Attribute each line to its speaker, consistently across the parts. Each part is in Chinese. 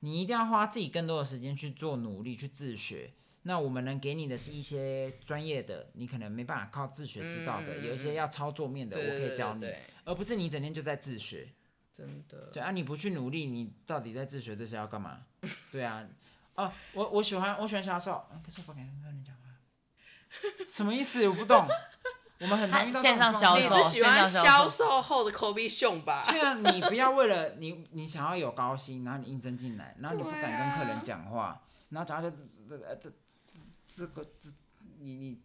Speaker 1: 你一定要花自己更多的时间去做努力，去自学。那我们能给你的是一些专业的，你可能没办法靠自学知道的，
Speaker 2: 嗯
Speaker 1: 有一些要操作面的，
Speaker 2: 对
Speaker 1: 我可以教你，
Speaker 2: 对对对
Speaker 1: 而不是你整天就在自学。
Speaker 2: 真的，
Speaker 1: 对啊，你不去努力，你到底在自学这是要干嘛？对啊，哦，我我喜欢我喜欢销售，啊可是我不敢跟人讲话，什么意思？我不懂。我们很常遇到这种
Speaker 3: 线上
Speaker 1: 状
Speaker 3: 销
Speaker 1: 况
Speaker 2: 你
Speaker 3: 售
Speaker 2: 是喜欢
Speaker 3: 线上销
Speaker 2: 销
Speaker 3: 售
Speaker 2: 售后的 Kobe 熊吧？
Speaker 1: 对啊，你不要为了你你想要有高薪，然后你应征进来，然后你不
Speaker 2: 对
Speaker 1: 敢跟客人
Speaker 2: 啊
Speaker 1: 讲话，然后讲话就这呃这这这个这你你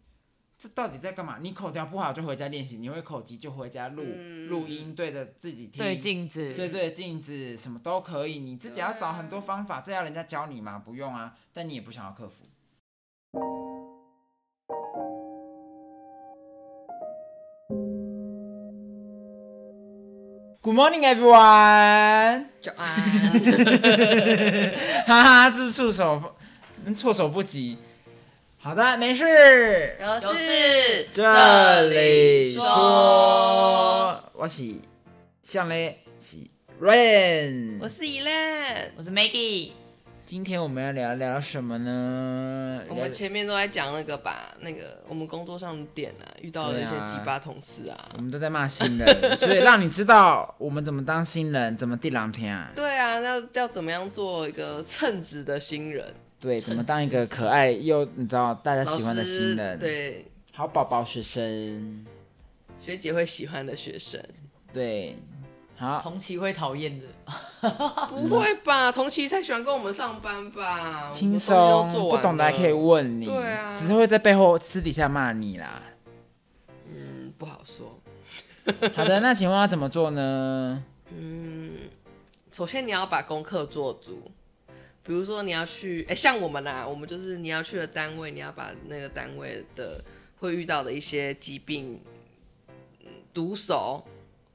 Speaker 1: 这到底在干嘛？你口条不好就回家练习，你会口疾就回家录录、音，对着自己听，
Speaker 3: 对镜子，
Speaker 1: 对对镜子什么都可以，你自己要
Speaker 2: 对
Speaker 1: 找
Speaker 2: 啊
Speaker 1: 很多方法，这要人家教你吗？不用啊，但你也不想要克服。Good morning, everyone！
Speaker 2: 早安，
Speaker 1: 哈哈，是不是措手嗯措手不及？好的，没事。
Speaker 2: 有
Speaker 3: 有
Speaker 2: 事
Speaker 3: 事
Speaker 1: 这里
Speaker 2: 说
Speaker 1: 说，我是向嘞，是 Rain，
Speaker 2: 我是 Elan。
Speaker 3: 我是 Maggie，
Speaker 1: 今天我们要聊聊什么呢？
Speaker 2: 我们前面都在讲那个吧，那个我们工作上的点啊，遇到了一些
Speaker 1: 对啊
Speaker 2: 鸡巴同事啊。
Speaker 1: 我们都在骂新 人，所以让你知道我们怎么当新人，怎么地狼天啊？
Speaker 2: 对啊，那要怎么样做一个称职的新人？
Speaker 1: 对，怎么当一个可爱又你知道大家
Speaker 2: 老
Speaker 1: 喜欢的新
Speaker 2: 师
Speaker 1: 人，，
Speaker 2: 对
Speaker 1: 好宝宝学生，
Speaker 2: 学姐会喜欢的 学生，
Speaker 1: 对，好，
Speaker 3: 同期会讨厌的，
Speaker 2: 不会吧？同期才喜欢跟我们上班吧？
Speaker 1: 轻
Speaker 2: 我
Speaker 1: 松
Speaker 2: 们东西都，做
Speaker 1: 不
Speaker 2: 完了
Speaker 1: 懂的还可以问你，
Speaker 2: 对啊
Speaker 1: 只是会在背后私底下骂你 啦。
Speaker 2: 嗯，不好说。
Speaker 1: 好的，那请问要怎么做呢？
Speaker 2: 首先你要把功课做足，比如说你要去，哎、像我们啊，我们就是你要去的单位，你要把那个单位的会遇到的一些疾病嗯读熟，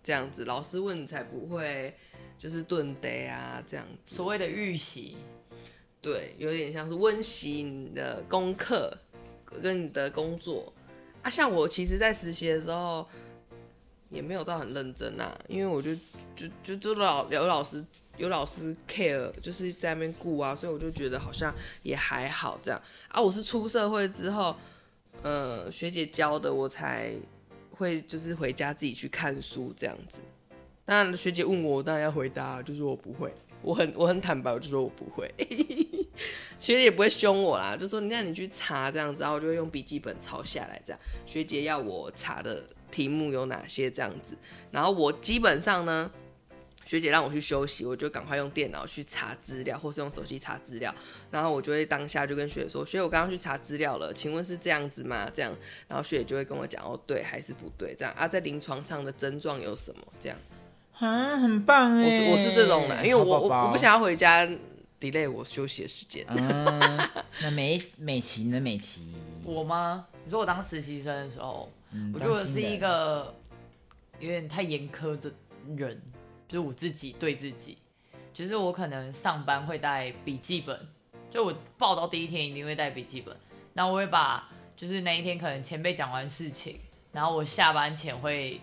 Speaker 2: 这样子老师问你才不会就是顿呆啊，这样子。
Speaker 3: 所谓的预习，
Speaker 2: 对，有点像是温习你的功课跟你的工作啊。像我其实，在实习的时候也没有到很认真啊，因为我就就就就老有老师有老师 care，就是在那边顾啊，所以我就觉得好像也还好这样啊。我是出社会之后，呃，学姐教的，我才会就是回家自己去看书这样子。当然，学姐问我，我当然要回答，啊就说我不会。我很我很坦白，我就说我不会，学姐也不会凶我啦，就说你那你去查这样子，然后我就会用笔记本抄下来，这样学姐要我查的题目有哪些这样子，然后我基本上呢，学姐让我去休息，我就赶快用电脑去查资料，或是用手机查资料，然后我就会当下就跟学姐说，学姐我刚刚去查资料了，请问是这样子吗？这样，然后学姐就会跟我讲哦对还是不对这样啊，在临床上的症状有什么这样。
Speaker 1: 啊，很棒哎！
Speaker 2: 我
Speaker 3: 嗯
Speaker 2: 是我是这种的，因为我
Speaker 1: 好宝宝
Speaker 2: 我我不想要回家 delay 我休息的时间。
Speaker 1: 啊。那美美琪呢？美 琪，
Speaker 3: 我吗？你说我当实习生的时候，
Speaker 1: 嗯
Speaker 3: 我觉得我是一，个有点太严苛的人，就是我自己对自己，就是我可能上班会带笔记本，就我报到第一天一定会带笔记本，然后我会把就是那一天可能前辈讲完事情，然后我下班前会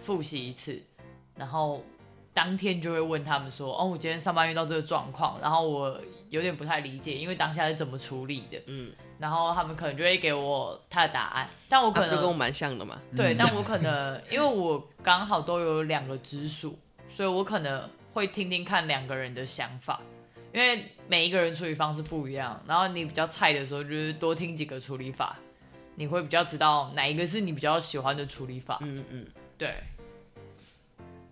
Speaker 3: 复习一次，然后当天就会问他们说，哦，我今天上班遇到这个状况，然后我有点不太理解，因为当下是怎么处理的，
Speaker 2: 嗯，
Speaker 3: 然后他们可能就会给我他的答案，但我
Speaker 2: 啊
Speaker 3: 可
Speaker 2: 不就
Speaker 3: 能、
Speaker 2: 跟我蛮像的嘛。
Speaker 3: 对，
Speaker 1: 嗯
Speaker 3: 但我可能因为我刚好都有两个直属，所以我可能会听听看两个人的想法，因为每一个人处理方式不一样。然后你比较菜的时候，就是多听几个处理法，你会比较知道哪一个是你比较喜欢的处理法。
Speaker 2: 嗯嗯，
Speaker 3: 对，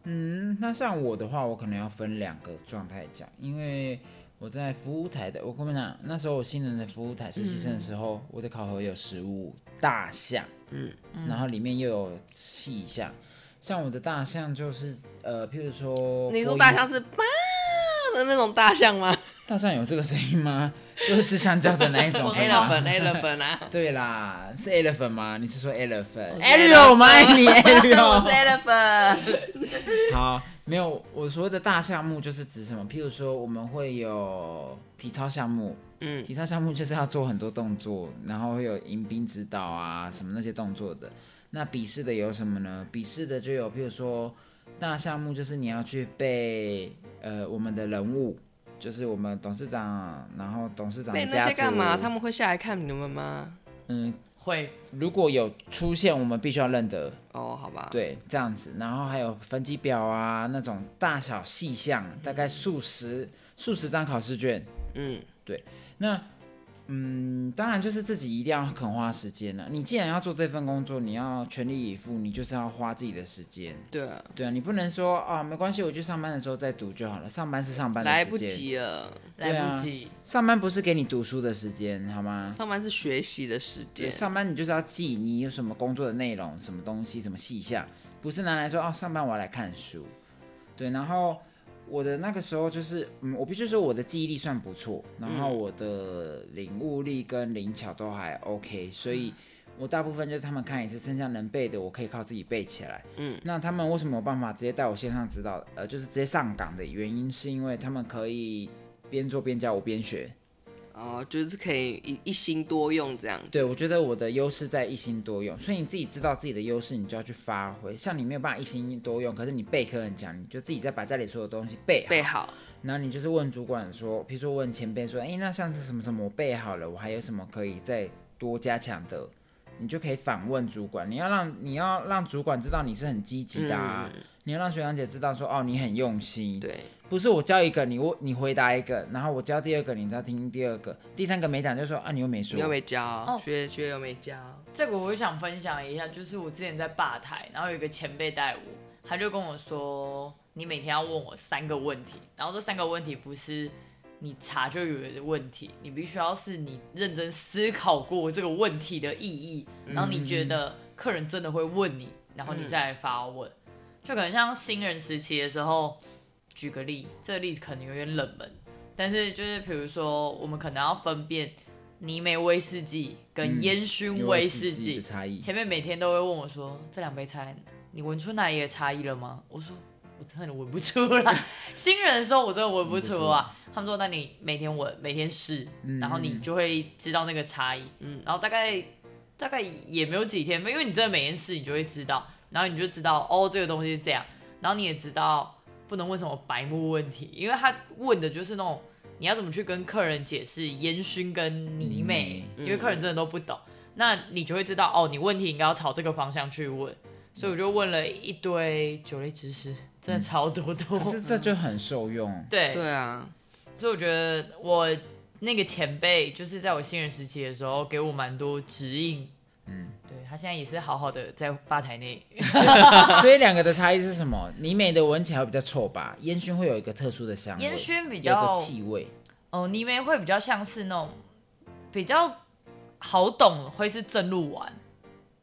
Speaker 1: 嗯，那像我的话，我可能要分两个状态讲，因为我在服务台的，我跟你讲，那时候我新人的服务台实习生的时候，我的考核有十五大项，
Speaker 2: 嗯，
Speaker 1: 然后里面又有细项，像我的大项就是呃，譬如说，
Speaker 2: 你说大象是吧的那种大象吗
Speaker 1: 大象有这个声音吗？就是吃香蕉的那一种
Speaker 3: 我
Speaker 1: 可以
Speaker 3: 没有
Speaker 1: 吗
Speaker 2: ？elephant elephant 啊
Speaker 1: 对啦，是 elephant 吗？你是说 elephant？
Speaker 2: 是
Speaker 1: Ariel，我们爱你
Speaker 2: 我是
Speaker 1: ，Ariel。
Speaker 2: elephant。
Speaker 1: 好，没有，我所谓的大项目就是指什么？譬如说，我们会有体操项目，
Speaker 2: 嗯
Speaker 1: 体操项目就是要做很多动作，然后会有迎宾指导啊，什么那些动作的。那笔试的有什么呢？笔试的就有，譬如说大项目就是你要去背呃我们的人物，就是我们董事长，然后董事长
Speaker 2: 被
Speaker 1: 的
Speaker 2: 那
Speaker 1: 家
Speaker 2: 些
Speaker 1: 族，
Speaker 2: 干嘛？他们会下来看你们吗？
Speaker 1: 嗯，
Speaker 3: 会
Speaker 1: 如果有出现，我们必须要认得，
Speaker 2: 哦，好吧，，
Speaker 1: 对，这样子。然后还有分级表啊，那种大小细项，大概数十数十张考试卷。
Speaker 2: 嗯，
Speaker 1: 那嗯，当然就是自己一定要肯花时间了、你既然要做这份工作，你要全力以赴，你就是要花自己的时间。
Speaker 2: 对啊，
Speaker 1: 对啊，你不能说啊，没关系，我去上班的时候再读就好了。上班是上班的时
Speaker 2: 来
Speaker 1: 间，
Speaker 2: 不及了。
Speaker 1: 对啊
Speaker 3: 来不及，
Speaker 1: 上班不是给你读书的时间，好吗？
Speaker 2: 上班是学习的时
Speaker 1: 对，
Speaker 2: 间，
Speaker 1: 上班你就是要记你有什么工作的内容、什么东西、什么细项，不是拿来说哦，上班我要来看书。对，然后我的那个时候就是，嗯，我必须说我的记忆力算不错，然后我的领悟力跟灵巧都还
Speaker 2: 嗯
Speaker 1: OK，所以我大部分就是他们看一次，剩下能背的我可以靠自己背起来。
Speaker 2: 嗯，
Speaker 1: 那他们为什么有办法直接带我线上指导？呃，就是直接上岗的原因是因为他们可以边做边教我边学。
Speaker 2: 哦，就是可以一一心多用这样。
Speaker 1: 对，我觉得我的优势在一心多用，所以你自己知道自己的优势，你就要去发挥。像你没有办法一心多用，可是你备课很强，你就自己再把家里所有东西备好，
Speaker 2: 备好，
Speaker 1: 然后你就是问主管说，譬如说问前辈说，哎，那上次什么什么我备好了，我还有什么可以再多加强的？你就可以反问主管，你要让你要让主管知道你是很积极的、啊，你要让学长姐知道说，哦，你很用心。
Speaker 2: 对，
Speaker 1: 不是我教一个你问你回答一个，然后我教第二个，你再听第二个，第三个没讲就说啊你又没说，
Speaker 2: 你又没教，
Speaker 3: 哦
Speaker 2: 学学又没教，
Speaker 3: 这个我想分享一下，就是我之前在吧台，然后有一个前辈带我，他就跟我说，你每天要问我三个问题，然后这三个问题不是你查就有的问题，你必须要是你认真思考过这个问题的意义，然后你觉得客人真的会问你，然后你再来发问，就可能像新人时期的时候，举个例，这个例子可能有点冷门，但是就是比如说，我们可能要分辨泥煤威士忌跟
Speaker 1: 嗯
Speaker 3: 烟熏
Speaker 1: 因
Speaker 3: 威
Speaker 1: 为
Speaker 3: 士
Speaker 1: 时机
Speaker 3: 忌
Speaker 1: 的。差异。
Speaker 3: 前面每天都会问我说：“这两杯菜，你闻出哪里的差异了吗？”我说：“我真的闻不出 来。”新人的时候我真的闻不出
Speaker 1: 闻不出嗯
Speaker 3: 啊。他们说：“那你每天闻，每天试，然后你就会知道那个差异。”
Speaker 2: 嗯
Speaker 3: 然后大概大概也没有几天，因为你真的每天试，你就会知道，然后你就知道哦，这个东西是这样，然后你也知道不能问什么白目问题，因为他问的就是那种你要怎么去跟客人解释烟熏跟泥美，
Speaker 2: 嗯
Speaker 3: 因为客人真的都不懂，那你就会知道哦，你问题应该要朝这个方向去问，所以我就问了一堆酒类知识，真的超多多，
Speaker 1: 可是这就很受用。
Speaker 3: 对
Speaker 2: 嗯对啊，
Speaker 3: 所以我觉得我那个前辈就是在我新人时期的时候给我蛮多指引。嗯，对他现在也是好好的在吧台内，
Speaker 1: 所以两个的差异是什么？你美的闻起来会比较臭吧，烟熏会有一个特殊的香味，
Speaker 3: 烟熏比
Speaker 1: 有
Speaker 3: 较
Speaker 1: 个气味，
Speaker 3: 哦，泥煤会比较像是那种比较好懂，会是正路丸，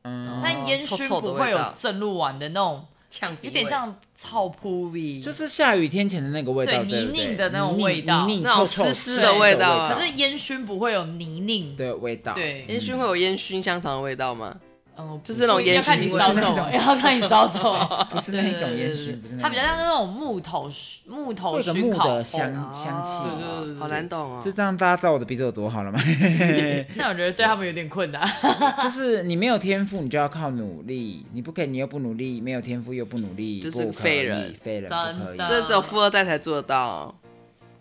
Speaker 1: 嗯，
Speaker 3: 但烟
Speaker 2: 臭
Speaker 3: 熏
Speaker 2: 臭的
Speaker 3: 不会
Speaker 2: 味
Speaker 3: 有
Speaker 2: 道
Speaker 3: 正路丸的那种，
Speaker 2: 呛
Speaker 3: 有点像草扑鼻，
Speaker 1: 就是下雨天前的那个味道，对
Speaker 3: 对
Speaker 1: 不对
Speaker 3: 泥泞的那种味道
Speaker 1: 泥泞
Speaker 2: 那种
Speaker 1: 臭臭
Speaker 2: 湿湿
Speaker 1: 的
Speaker 2: 的味道啊
Speaker 1: 味
Speaker 3: 可是烟熏不会有泥泞，
Speaker 1: 对味道，，
Speaker 3: 对，
Speaker 2: 烟熏会有烟熏香肠的味道吗？
Speaker 3: 嗯，
Speaker 2: 就是那种
Speaker 3: 不要看你
Speaker 2: 烟熏
Speaker 3: 烧
Speaker 1: 味
Speaker 3: 什么，要看你烧什么，
Speaker 1: 不是那一种烟
Speaker 2: 对对对
Speaker 1: 熏，不是那
Speaker 3: 它比较
Speaker 1: 种
Speaker 3: 像那种木头熏木头
Speaker 1: 会有个
Speaker 3: 熏
Speaker 1: 木
Speaker 3: 烤
Speaker 1: 的香
Speaker 2: 哦
Speaker 1: 嗯香
Speaker 3: 对对
Speaker 1: 气。
Speaker 3: 对对
Speaker 2: 好难懂
Speaker 1: 就
Speaker 2: 哦。
Speaker 1: 这样，大家知道我的鼻子有多好了吗？
Speaker 3: 那我觉得对他们有点困难。
Speaker 1: 就是你没有天赋，你就要靠努力，你不可以，你又不努力，没有天赋又不努力，
Speaker 2: 就是
Speaker 1: 不可
Speaker 2: 废
Speaker 1: 以
Speaker 2: 人
Speaker 1: 废人
Speaker 3: 真
Speaker 1: 不可以。
Speaker 3: 的
Speaker 2: 这只有富二代才做得到哦，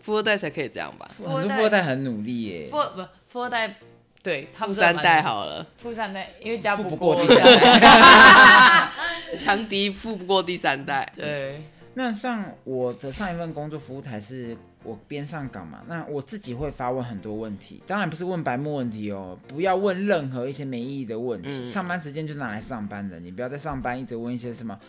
Speaker 2: 富二代才可以这样吧？
Speaker 1: 很多富二代很努力耶，
Speaker 3: 富不富二代，对他
Speaker 2: 富
Speaker 3: 们
Speaker 2: 三代
Speaker 3: 好。
Speaker 2: 好 了，
Speaker 3: 富三代，因为家
Speaker 1: 富不
Speaker 3: 过
Speaker 1: 过
Speaker 3: 第
Speaker 1: 第三
Speaker 3: 代。
Speaker 2: 强敌富不过第三代。
Speaker 3: 对，
Speaker 1: 那像我的上一份工作服务台是我边上岗嘛，那我自己会发问很多问题，当然不是问白目问题哦，不要问任何一些没意义的问题。
Speaker 2: 嗯
Speaker 1: 上班时间就拿来上班的，你不要在上班一直问一些什么。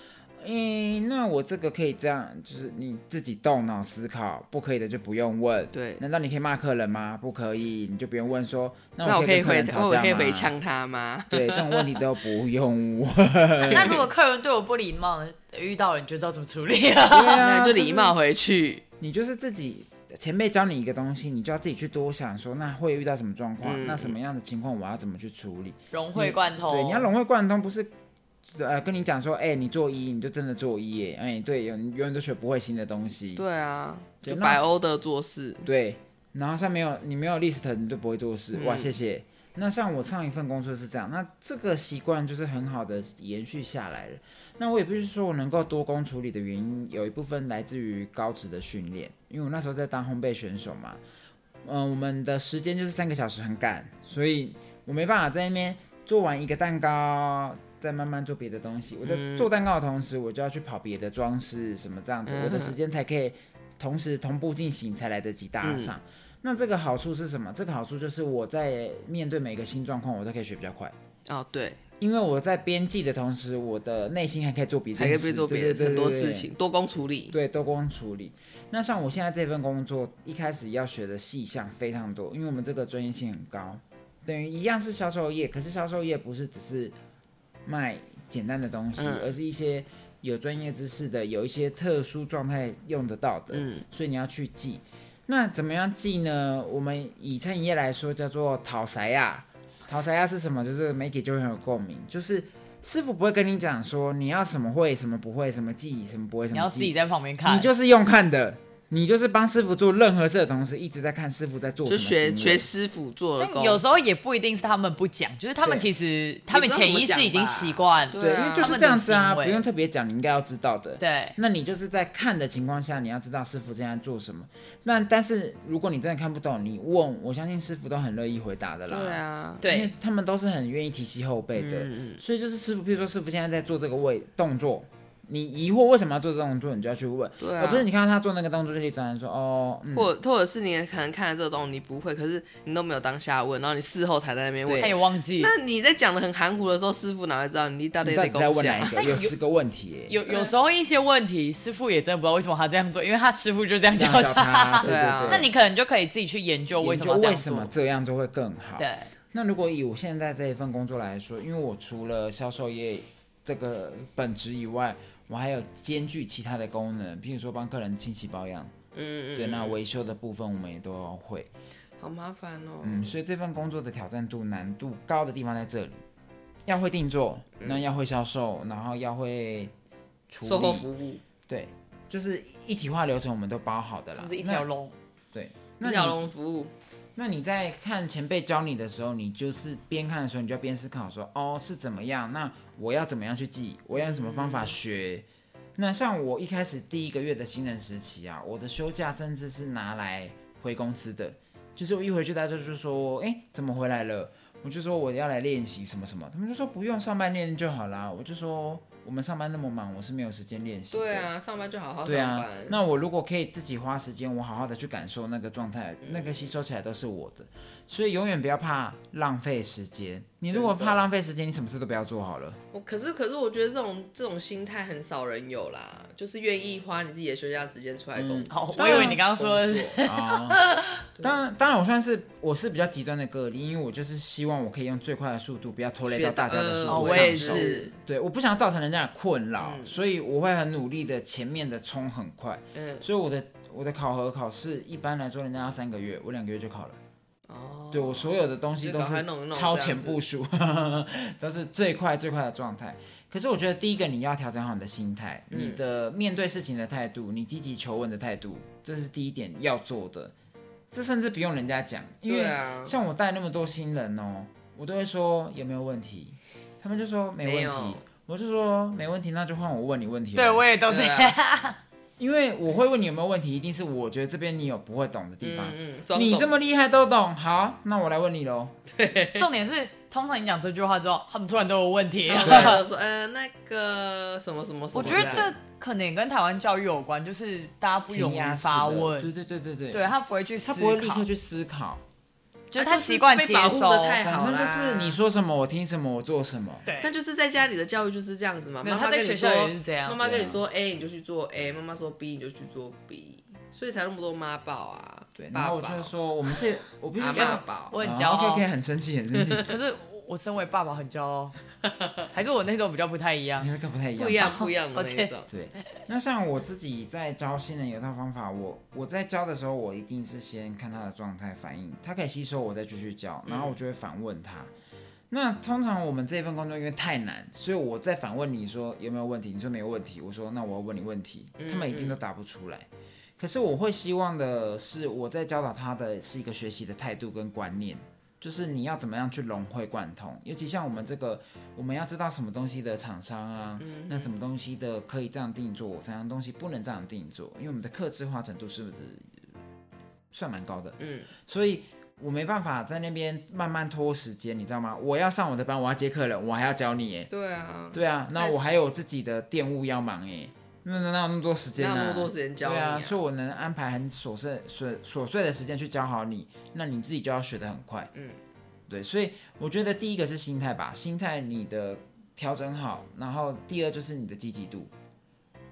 Speaker 1: 诶、那我这个可以这样，就是你自己动脑思考，不可以的就不用问。
Speaker 2: 对，
Speaker 1: 难道你可以骂客人吗？不可以，你就不用问说，
Speaker 2: 那
Speaker 1: 那
Speaker 2: 我
Speaker 1: 我
Speaker 2: 可以
Speaker 1: 跟客
Speaker 2: 回，
Speaker 1: 人
Speaker 2: 那
Speaker 1: 吵
Speaker 2: 我
Speaker 1: 架
Speaker 2: 可以回
Speaker 1: 吗？
Speaker 2: 呛他吗？
Speaker 1: 对，这种问题都不用 问。
Speaker 3: 那如果客人对我不礼貌呢？遇到了你就知道怎么处理了。
Speaker 1: 对啊，
Speaker 2: 那就
Speaker 1: 就
Speaker 2: 礼
Speaker 1: 是
Speaker 2: 貌回去。
Speaker 1: 你就是自己前辈教你一个东西，你就要自己去多想说，那会遇到什么状况，
Speaker 2: 嗯哦
Speaker 1: 那什么样的情况我要怎么去处理？
Speaker 3: 融会贯通，
Speaker 1: 对，你要融会贯通，不是呃跟你讲说，哎、你做一你就真的做一耶，哎、对，有你永远都学不会新的东西，
Speaker 2: 对啊，
Speaker 1: 对
Speaker 2: 就
Speaker 1: 那
Speaker 2: 白欧的做事。嗯
Speaker 1: 对然后像没有你没有 list，你就不会做事，哇，谢谢。那像我上一份工作是这样，那这个习惯就是很好的延续下来了。那我也必须说，我能够多工处理的原因，有一部分来自于高职的训练，因为我那时候在当烘焙选手嘛，嗯、我们的时间就是三个小时很赶，所以我没办法在那边做完一个蛋糕，再慢慢做别的东西。我在做蛋糕的同时，我就要去跑别的装饰什么这样子，我的时间才可以同时同步进行，才来得及搭上。那这个好处是什么？这个好处就是我在面对每个新状况，我都可以学比较快。
Speaker 2: 哦，对，
Speaker 1: 因为我在编辑的同时，我的内心还可以做别的
Speaker 2: 还
Speaker 1: 事，
Speaker 2: 可以做别
Speaker 1: 对
Speaker 2: 的
Speaker 1: 对
Speaker 2: 很多
Speaker 1: 对对
Speaker 2: 事情，多工处理。
Speaker 1: 对，多工处理。那像我现在这份工作，一开始要学的细项非常多，因为我们这个专业性很高，等于一样是销售业，可是销售业不是只是卖简单的东西，
Speaker 2: 嗯
Speaker 1: 而是一些有专业知识的，有一些特殊状态用得到的，
Speaker 2: 嗯
Speaker 1: 所以你要去记。那怎么样记呢？我们以餐饮业来说，叫做讨财呀。讨财呀是什么？就是媒体就会很有共鸣，就是师傅不会跟你讲说你要什么会，什么不会，什么记，什么不会，什
Speaker 3: 你
Speaker 1: 么
Speaker 3: 要
Speaker 1: 记
Speaker 3: 自己在旁边看，
Speaker 1: 你就是用看的，你就是帮师傅做任何事的同时，一直在看师傅在做什
Speaker 2: 就
Speaker 1: 么行为。
Speaker 2: 学学师傅做了
Speaker 3: 但
Speaker 2: 工，
Speaker 3: 有时候也不一定是他们不讲，就是他们
Speaker 1: 对
Speaker 3: 其实他
Speaker 2: 也
Speaker 3: 们
Speaker 2: 不知道怎
Speaker 3: 潜
Speaker 2: 么
Speaker 3: 意识已
Speaker 2: 讲
Speaker 3: 经
Speaker 2: 吧
Speaker 3: 习惯，
Speaker 2: 对
Speaker 1: 对，因
Speaker 2: 啊
Speaker 1: 为就
Speaker 3: 他
Speaker 1: 是
Speaker 3: 们
Speaker 1: 这
Speaker 3: 的
Speaker 1: 样子啊，
Speaker 3: 行
Speaker 1: 不
Speaker 3: 为
Speaker 1: 用特别讲，你应该要知道的。
Speaker 3: 对，
Speaker 1: 那你就是在看的情况下，你要知道师傅正在做什么。那但是如果你真的看不懂，你问，我相信师傅都很乐意回答的啦。
Speaker 2: 对，啊，
Speaker 1: 因为
Speaker 3: 对，
Speaker 1: 他们都是很愿意提携后辈的。
Speaker 2: 嗯，嗯
Speaker 1: 所以就是师傅，譬如说师傅现在在做这个位动作，你疑惑为什么要做这个动作，你就要去问，
Speaker 2: 对
Speaker 1: 而
Speaker 2: 啊
Speaker 1: 不，是你看到他做那个动作就立转说哦，嗯，
Speaker 2: 或或者是你可能看了这个东西你不会，可是你都没有当下问，然后你事后才在那边问
Speaker 1: 对。
Speaker 3: 他也忘记。
Speaker 2: 那你在讲的很含糊的时候，师傅哪会知道你到底
Speaker 1: 你到底在
Speaker 2: 攻
Speaker 1: 问哪
Speaker 2: 下
Speaker 1: 一？个？有十个问题耶、
Speaker 3: 有有时候一些问题，师傅也真的不知道为什么他这样做，因为他师傅就这样
Speaker 1: 这
Speaker 3: 教
Speaker 1: 样教他，对
Speaker 2: 对啊
Speaker 1: 对对。
Speaker 3: 那你可能就可以自己去研究为
Speaker 1: 研
Speaker 3: 什
Speaker 1: 究
Speaker 3: 么他这
Speaker 1: 为
Speaker 3: 样
Speaker 1: 什
Speaker 3: 做
Speaker 1: 么。这样就会更好？
Speaker 3: 对，
Speaker 1: 那如果以我现在这一份工作来说，因为我除了销售业这个本职以外，我还有兼具其他的功能，譬如说帮客人清洗保养，
Speaker 2: 嗯嗯，
Speaker 1: 对，
Speaker 2: 嗯
Speaker 1: 那维修的部分我们也都会。
Speaker 2: 好麻烦哦。
Speaker 1: 嗯，所以这份工作的挑战度、难度高的地方在这里，要会定做，那要会销售，然后要会处理，
Speaker 2: 售后服务
Speaker 1: 对，就是一体化流程我们都包好的啦，
Speaker 3: 就是一条龙。
Speaker 1: 那。对，那
Speaker 2: 一
Speaker 1: 你
Speaker 2: 条龙服务，
Speaker 1: 那你在看前辈教你的时候，你就是边看的时候，你就要边思考说，哦，是怎么样？那我要怎么样去记？我要用什么方
Speaker 2: 嗯
Speaker 1: 法学？那像我一开始第一个月的新人时期啊，我的休假甚至是拿来回公司的，就是我一回去，大家就说，哎、怎么回来了？我就说我要来练习什么什么，他们就说不用上班练就好啦。我就说我们上班那么忙，我是没有时间练习。
Speaker 2: 对，啊，上班就好好上
Speaker 1: 对啊
Speaker 2: 班，。
Speaker 1: 那我如果可以自己花时间，我好好的去感受那个状态，
Speaker 2: 嗯
Speaker 1: 那个吸收起来都是我的，所以永远不要怕浪费时间。你如果
Speaker 2: 真的
Speaker 1: 怕浪费时间，你什么事都不要做好了。
Speaker 2: 我可是可是我觉得这种这种心态很少人有啦，就是愿意花你自己的休假时间出来
Speaker 1: 嗯
Speaker 2: 工作。
Speaker 3: 好，我以为你刚刚说的是
Speaker 2: 工作
Speaker 1: 啊，当然，当然，我算是我是比较极端的个例，因为我就是希望我可以用最快的速度，不要拖累
Speaker 2: 学
Speaker 1: 到大家的
Speaker 2: 呃
Speaker 1: 速
Speaker 3: 哦
Speaker 1: 度
Speaker 3: 我
Speaker 1: 上
Speaker 3: 也
Speaker 1: 手。
Speaker 3: 是，
Speaker 1: 对，我不想造成人家的困扰，
Speaker 2: 嗯
Speaker 1: 所以我会很努力的，前面的冲很快，
Speaker 2: 嗯，
Speaker 1: 所以我的我的考核考试一般来说人家要三个月，我两个月就考了。
Speaker 2: 哦，
Speaker 1: 对我所有的东西都
Speaker 2: 就赶快
Speaker 1: 是
Speaker 2: 弄一弄
Speaker 1: 超前部署， 都是最快最快的状态。可是我觉得第一个你要调整好你的心态，
Speaker 2: 嗯
Speaker 1: 你的面对事情的态度，你积极求问的态度，这是第一点要做的。这甚至不用人家讲，因
Speaker 2: 对
Speaker 1: 为
Speaker 2: 啊，
Speaker 1: 像我带那么多新人哦，我都会说有没有问题，他们就说没
Speaker 2: 没
Speaker 1: 问题
Speaker 2: 有，
Speaker 1: 我就说没问题，那就换我问你问题了。
Speaker 3: 对我也都这
Speaker 2: 对
Speaker 3: 样。
Speaker 2: 啊，
Speaker 1: 因为我会问你有没有问题，一定是我觉得这边你有不会懂的地方。
Speaker 2: 嗯嗯，装
Speaker 1: 你
Speaker 2: 懂
Speaker 1: 这么厉害都懂，好，那我来问你喽。
Speaker 3: 重点是，通常你讲这句话之后，他们突然都有问题。
Speaker 2: 然后我就说，呃，那个什么什么什么
Speaker 3: 我
Speaker 2: 的，
Speaker 3: 觉得这可能也跟台湾教育有关，就是大家不
Speaker 1: 填
Speaker 3: 勇
Speaker 1: 鸭
Speaker 3: 于
Speaker 1: 式
Speaker 3: 发
Speaker 1: 的对
Speaker 3: 问，
Speaker 1: 对对对对，
Speaker 3: 对他不会去思
Speaker 1: 他
Speaker 3: 考，
Speaker 1: 不会立刻去思考，
Speaker 3: 就是
Speaker 2: 啊
Speaker 3: 他
Speaker 2: 就是
Speaker 3: 习惯
Speaker 2: 被
Speaker 3: 接
Speaker 2: 保护
Speaker 3: 收。
Speaker 2: 得太
Speaker 1: 反
Speaker 2: 好
Speaker 1: 正就
Speaker 2: 啦
Speaker 1: 是你说什么我听什么我做什么，
Speaker 3: 对，
Speaker 2: 但就是在家里的教育就是这样子嘛，
Speaker 3: 没有
Speaker 2: 妈
Speaker 3: 他
Speaker 2: 妈
Speaker 3: 在
Speaker 2: 跟
Speaker 3: 学
Speaker 2: 你
Speaker 3: 校
Speaker 2: 说，
Speaker 3: 也是这样
Speaker 2: 妈。妈跟
Speaker 1: 啊
Speaker 2: 你说 A 你就去做 A，妈妈说 B 你就去做 B，所以才那么多妈宝啊，
Speaker 1: 对。然
Speaker 2: 爸
Speaker 1: 后
Speaker 2: 宝
Speaker 1: 我就说我们这我必须
Speaker 2: 阿
Speaker 1: 说
Speaker 2: 妈
Speaker 1: 啊
Speaker 2: 宝，
Speaker 3: 我很骄傲
Speaker 1: OK，OK，很生 气很生气，
Speaker 3: 可是我我身为爸爸很骄傲，还是我那种比较不太一样
Speaker 1: 你。那个不太一样，
Speaker 2: 不一样不一样的
Speaker 3: 抱
Speaker 2: 那
Speaker 3: 歉
Speaker 2: 种，
Speaker 1: 对，那像我自己在教新人有一套方法，我我在教的时候，我一定是先看他的状态反应，他可以吸收，我再继续教，然后我就会反问他。那通常我们这份工作因为太难，所以我在反问你说有没有问题，你说没有问题，我说那我要问你问题，他们一定都答不出来。可是我会希望的是，我在教导他的是一个学习的态度跟观念，就是你要怎么样去融会贯通，尤其像我们这个，我们要知道什么东西的厂商啊，那什么东西的可以这样定做，什么东西不能这样定做，因为我们的客制化程度是不是算蛮高的？
Speaker 2: 嗯，
Speaker 1: 所以我没办法在那边慢慢拖时间，你知道吗？我要上我的班，我要接客人，我还要教你耶。
Speaker 2: 对啊，
Speaker 1: 对啊，那
Speaker 2: 那
Speaker 1: 我还有自己的店务要忙哎，那那哪有那么多时间
Speaker 2: 那
Speaker 1: 啊？
Speaker 2: 那么多时间教你
Speaker 1: 对啊，所以我能安排很琐碎、琐琐碎的时间去教好你，那你自己就要学得很快。
Speaker 2: 嗯，
Speaker 1: 对，所以我觉得第一个是心态吧，心态你的调整好，然后第二就是你的积极度。